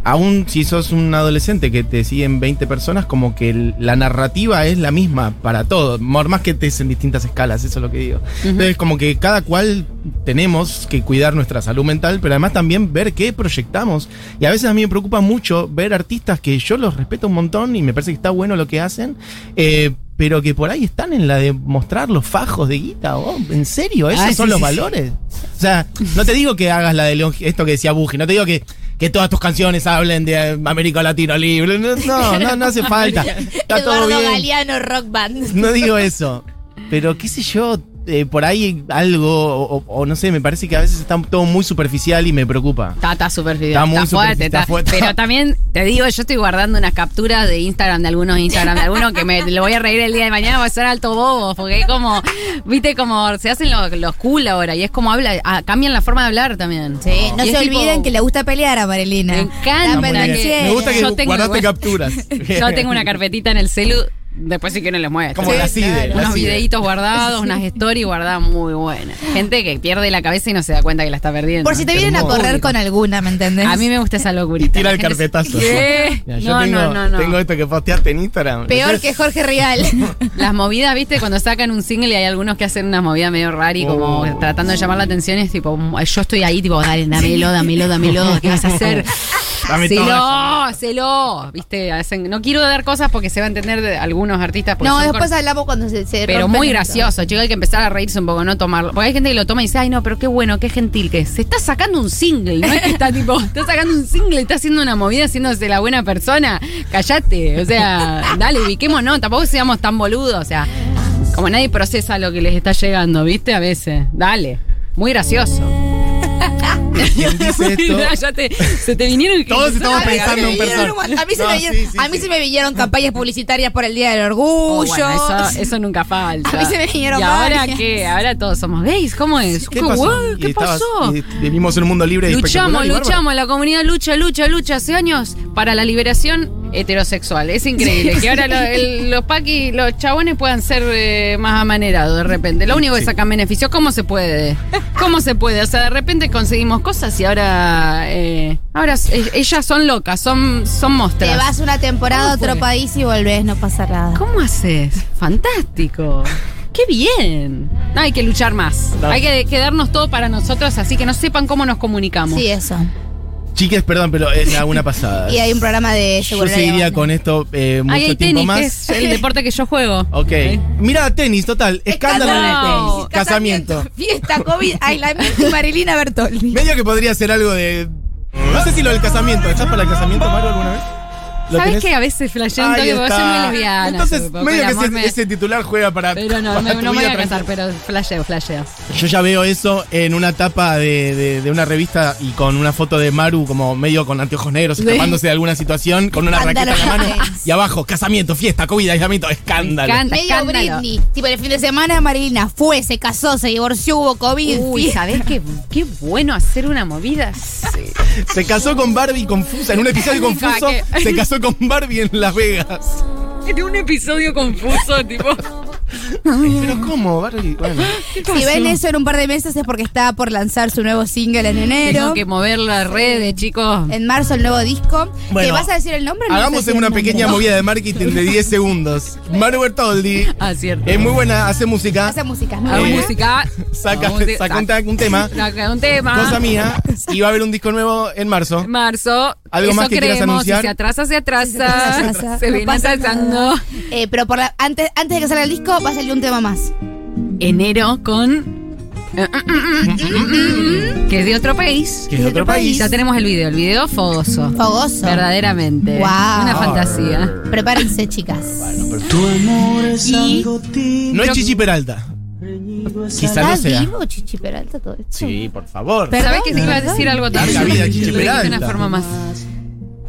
aún si sos un adolescente que te siguen 20 personas, como que el- la narrativa es la misma para todos, Mor- más que estés en distintas escalas, eso es lo que digo. Entonces como que cada cual tenemos que cuidar nuestra salud mental, pero además también ver qué proyectamos. Y a veces a mí me preocupa mucho ver artistas que yo los respeto un montón y me parece que está bueno lo que hacen, eh, pero que por ahí están en la de mostrar los fajos de guita. oh, ¿En serio? ¿Esos
Ah,
son
sí,
los
sí, sí.
valores? O sea, no te digo que hagas la de León, esto que decía Buji, no te digo que, que todas tus canciones hablen de eh, América Latina libre. No, no, no, no hace falta. Está todo
Eduardo
bien.
Galeano Rock Band.
No digo eso. Pero qué sé yo, eh, por ahí algo, o, o- o no sé, me parece que a veces está todo muy superficial y me preocupa.
Está, está superficial,
Está muy
está fuerte,
superficial,
está,
está fuerte.
Pero también te digo, yo estoy guardando unas capturas de Instagram, de algunos Instagram, de algunos que me lo voy a reír el día de mañana, va a ser alto bobo, porque es como, viste, como se hacen los, los cool ahora y es como habla, ah, cambian la forma de hablar también.
Sí, no
Y
se
es tipo,
olviden que le gusta pelear a Marilina.
Me encanta
La
Está muy bien.
pendenciera.
Me gusta que
Yo tengo
guardaste
igual.
capturas.
Yo tengo una carpetita en el celu, después si quieren les muestro.
Como la CIDE. la
Unos
CIDE.
videitos guardados, unas stories guardadas muy buenas. Gente que pierde la cabeza y no se da cuenta que la está perdiendo.
Por si te vienen a
hermoso.
correr con alguna, ¿me entendés?
A mí me gusta esa locurita.
Tira
La
el
gente se-
carpetazo.
¿Qué?
Mira, yo
no,
tengo,
no, no, no.
tengo esto que posteaste en Instagram.
Peor
Entonces,
que Jorge Rial.
Las movidas, viste, cuando sacan un single y hay algunos que hacen una movida medio rara y como
Oh.
tratando de llamar la atención, es tipo, mm, yo estoy ahí, tipo, dale, dámelo, dámelo, dámelo, ¿qué vas a hacer?
Dame todo
Hacelo, hacelo, viste, hacen, no quiero dar cosas porque se va a entender de algún algunos artistas. porque
No,
son
después
cor-
hablamos cuando se, se
Pero
rompen
muy
el-
gracioso, chico, hay que empezar a reírse un poco, no tomarlo. Porque hay gente que lo toma y dice, ay no, pero qué bueno, qué gentil que es. Se está sacando un single, no es que está tipo, está sacando un single, está haciendo una movida, haciéndose la buena persona. Callate, o sea, dale, ubiquémonos, tampoco seamos tan boludos, o sea, como nadie procesa lo que les está llegando, ¿viste? A veces, dale, muy gracioso.
¿Quién dice esto?
Ya te- se te vinieron
Todos estamos
A mí se
pensando
me
en
vinieron
persona.
un- A mí se
No,
me vinieron-
sí, sí,
a mí
sí.
se me vinieron campañas publicitarias por el Día del
Oh,
Orgullo.
bueno, eso, eso nunca falta.
A mí se me vinieron
¿Y ahora
varias.
qué? Ahora todos somos gays. ¿Cómo es?
¿Qué pasó?
guau, ¿Qué
Y estabas-
pasó?
y vivimos en un mundo libre y espectacular
Luchamos,
y bárbaro.
luchamos, la comunidad lucha, lucha, lucha hace años para la liberación heterosexual. Es increíble que ahora lo- el- los paquis, los chabones puedan ser eh, más amanerados de repente. Lo único que
Sí.
sacan beneficio, ¿cómo se puede? ¿Cómo se puede? O sea, de repente conseguimos cosas y ahora eh, ahora eh, ellas son locas, son, son
Te
monstruos.
vas una temporada a
¿Cómo
otro
fue?
país y volvés, no pasa nada.
¿Cómo haces? Fantástico. ¡Qué bien! No, hay que luchar más.
No.
Hay que quedarnos todo para nosotros, así que no sepan cómo nos comunicamos.
Sí, eso.
Chiques, perdón, pero es la una pasada.
Y hay un programa de
Yo
seguridad.
seguiría
de
con esto eh, mucho
Ahí hay
tiempo
tenis,
más.
que es el deporte que yo juego.
Ok. Mira, tenis, total. Escándalo en el
Escándalo.
tenis. Casamiento.
Fiesta, COVID, aislamiento y Marilina Bertoldi.
Medio que podría ser algo de. No sé si lo del casamiento. ¿Estás para el casamiento, Maru, alguna vez? ¿Lo
¿Sabes
tenés?
que a veces flasheo un
Ahí
toque porque soy muy
está.
lesbiana?
Entonces,
supongo,
medio
pero
que
amor,
ese,
me-
ese titular juega para.
Pero no,
para
me-
tu
no me voy
vida
a casar,
tranquila.
pero flasheo, flasheo.
Yo ya veo eso en una tapa de, de- de una revista y con una foto de Maru como medio con anteojos negros, escapándose de alguna situación, con una raqueta en la mano.
Escándalo.
Y abajo, casamiento, fiesta, comida, aislamiento, escándalo.
encanta.
Medio
Escándalo.
Britney. Tipo, el fin de semana Marilina fue, se casó, se divorció, hubo COVID.
Uy,
fiesta.
¿sabés qué, qué bueno hacer una movida? Sí.
Se casó con Barbie confusa, en un episodio confuso,
Cague.
se casó con Barbie en Las Vegas.
Era un episodio confuso, tipo.
Pero ¿cómo, Barbie? Bueno.
Si ven eso en un par de meses es porque está por lanzar su nuevo single en enero.
Tengo que mover las redes,
Eh,
chicos.
En marzo el nuevo disco.
Bueno,
¿Te vas a decir el nombre? o no vas a
Hagamos
decir
una
el nombre?
pequeña movida de marketing de 10 segundos. Maru Bertoldi
Ah, cierto.
es muy buena, hace música,
Hace música.
Hago
Eh,
música.
saca,
hago música,
saca un, ta- un tema,
Saca un tema.
cosa mía, y va a haber un disco nuevo Ah. en marzo.
En marzo.
¿Algo
eso
más que quieras
creemos,
anunciar?
Si se atrasa, se
Se
atrasa.
atrasa,
Se
no
viene
pasa nada.
atrasando.
Eh, pero por la- antes, antes de que salga el disco va a salir un tema más.
Enero con. que es de otro país.
Que es de otro país.
Ya tenemos el video, el video fogoso.
Fogoso.
Verdaderamente.
Guau.
Una fantasía.
Prepárense, chicas.
Y
No es Chichi Peralta. Quizá
¿Está
no sea.
vivo Chichi Peralta todo esto?
Sí, por favor.
sabés que se iba a decir algo también.
Larga vida, Chichi
Lo dije de una
Peralta.
forma más.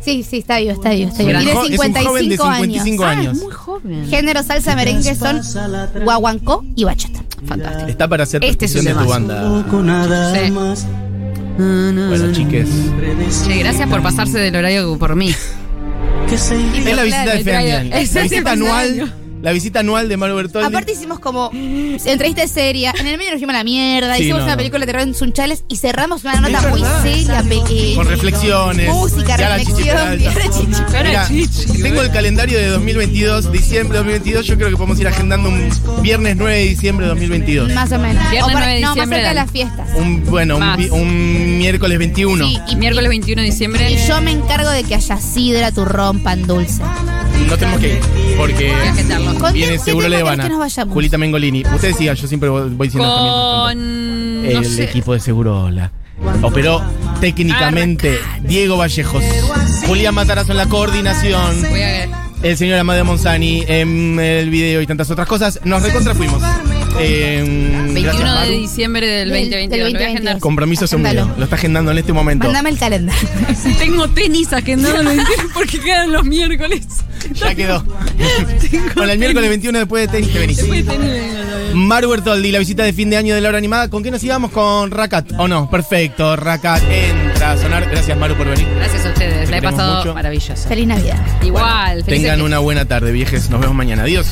Sí, sí, está vivo, está vivo, está
Es
vivo.
un
Tiene
jo- es un
55,
joven de
años.
55
Ah, es
años.
muy joven.
Género salsa merengue son guaguancó y bachata.
Fantástico.
Está para hacer
Este es
percusión
un
de tu
temazo.
banda.
Con nada
Sí.
más
Bueno, chiques.
Che, gracias por pasarse del horario por mí.
que se
Es la visita
claro,
de Fernán.
traigo-
La
es ese
visita
episodio.
anual. La visita anual de Maru Bertoldi.
Aparte hicimos como entrevista seria, en el medio nos fuimos a la mierda,
Sí,
hicimos
no,
una
no.
película de terror en Sunchales y cerramos una nota
Es
muy
verdad.
seria, pe- eh,
Con reflexiones.
música,
Ya la
reflexión,
Chichi Peralta.
y ahora Chichi.
Mira, tengo el calendario de 2022, diciembre de 2022. Yo creo que podemos ir agendando un viernes 9 de diciembre de 2022.
Más o menos.
Viernes
O para-
9 de
no, más
diciembre,
cerca de
dale.
las fiestas.
Un, bueno, un,
Más.
vi- un miércoles 21.
Sí,
Y miércoles 21 de diciembre.
Y yo me encargo de que haya sidra, turrón, pan dulce.
No tenemos que ir, porque
Voy a agendarlo.
Con
viene
qué-
seguro
qué tema
Levana.
querés que nos vayamos?
Julita Mengolini. Ustedes sigan, yo siempre voy voy diciendo también.
Con.
El
no sé.
equipo de Segurola. Operó técnicamente Diego Vallejos, Julián Matarazo en la coordinación,
Voy a-
el señor Amadeo Monzani en el video y tantas otras cosas. Nos recontra fuimos. Eh,
21
gracias,
de
Maru.
diciembre del
Del-
2022.
del
Lo voy a agendar.
Compromiso
Agéndalo.
asumido. Lo está agendando en este momento.
Mándame el calendario.
Tengo tenis agendado lo entiendo, porque quedan los miércoles.
Ya quedó. Con el miércoles 21 después de tenis te venís.
Después de tenis vengo todavía.
Maru Bertoldi, la visita de fin de año de la hora animada. ¿Con qué nos íbamos? Con Racat. ¿O no? Perfecto. Racat entra a sonar. Gracias, Maru, por venir.
Gracias a ustedes,
Te
la he
queremos
pasado
mucho.
maravilloso.
Feliz Navidad.
Igual, felices
Tengan
fiestas.
una buena tarde, viejes. Nos vemos mañana. Adiós.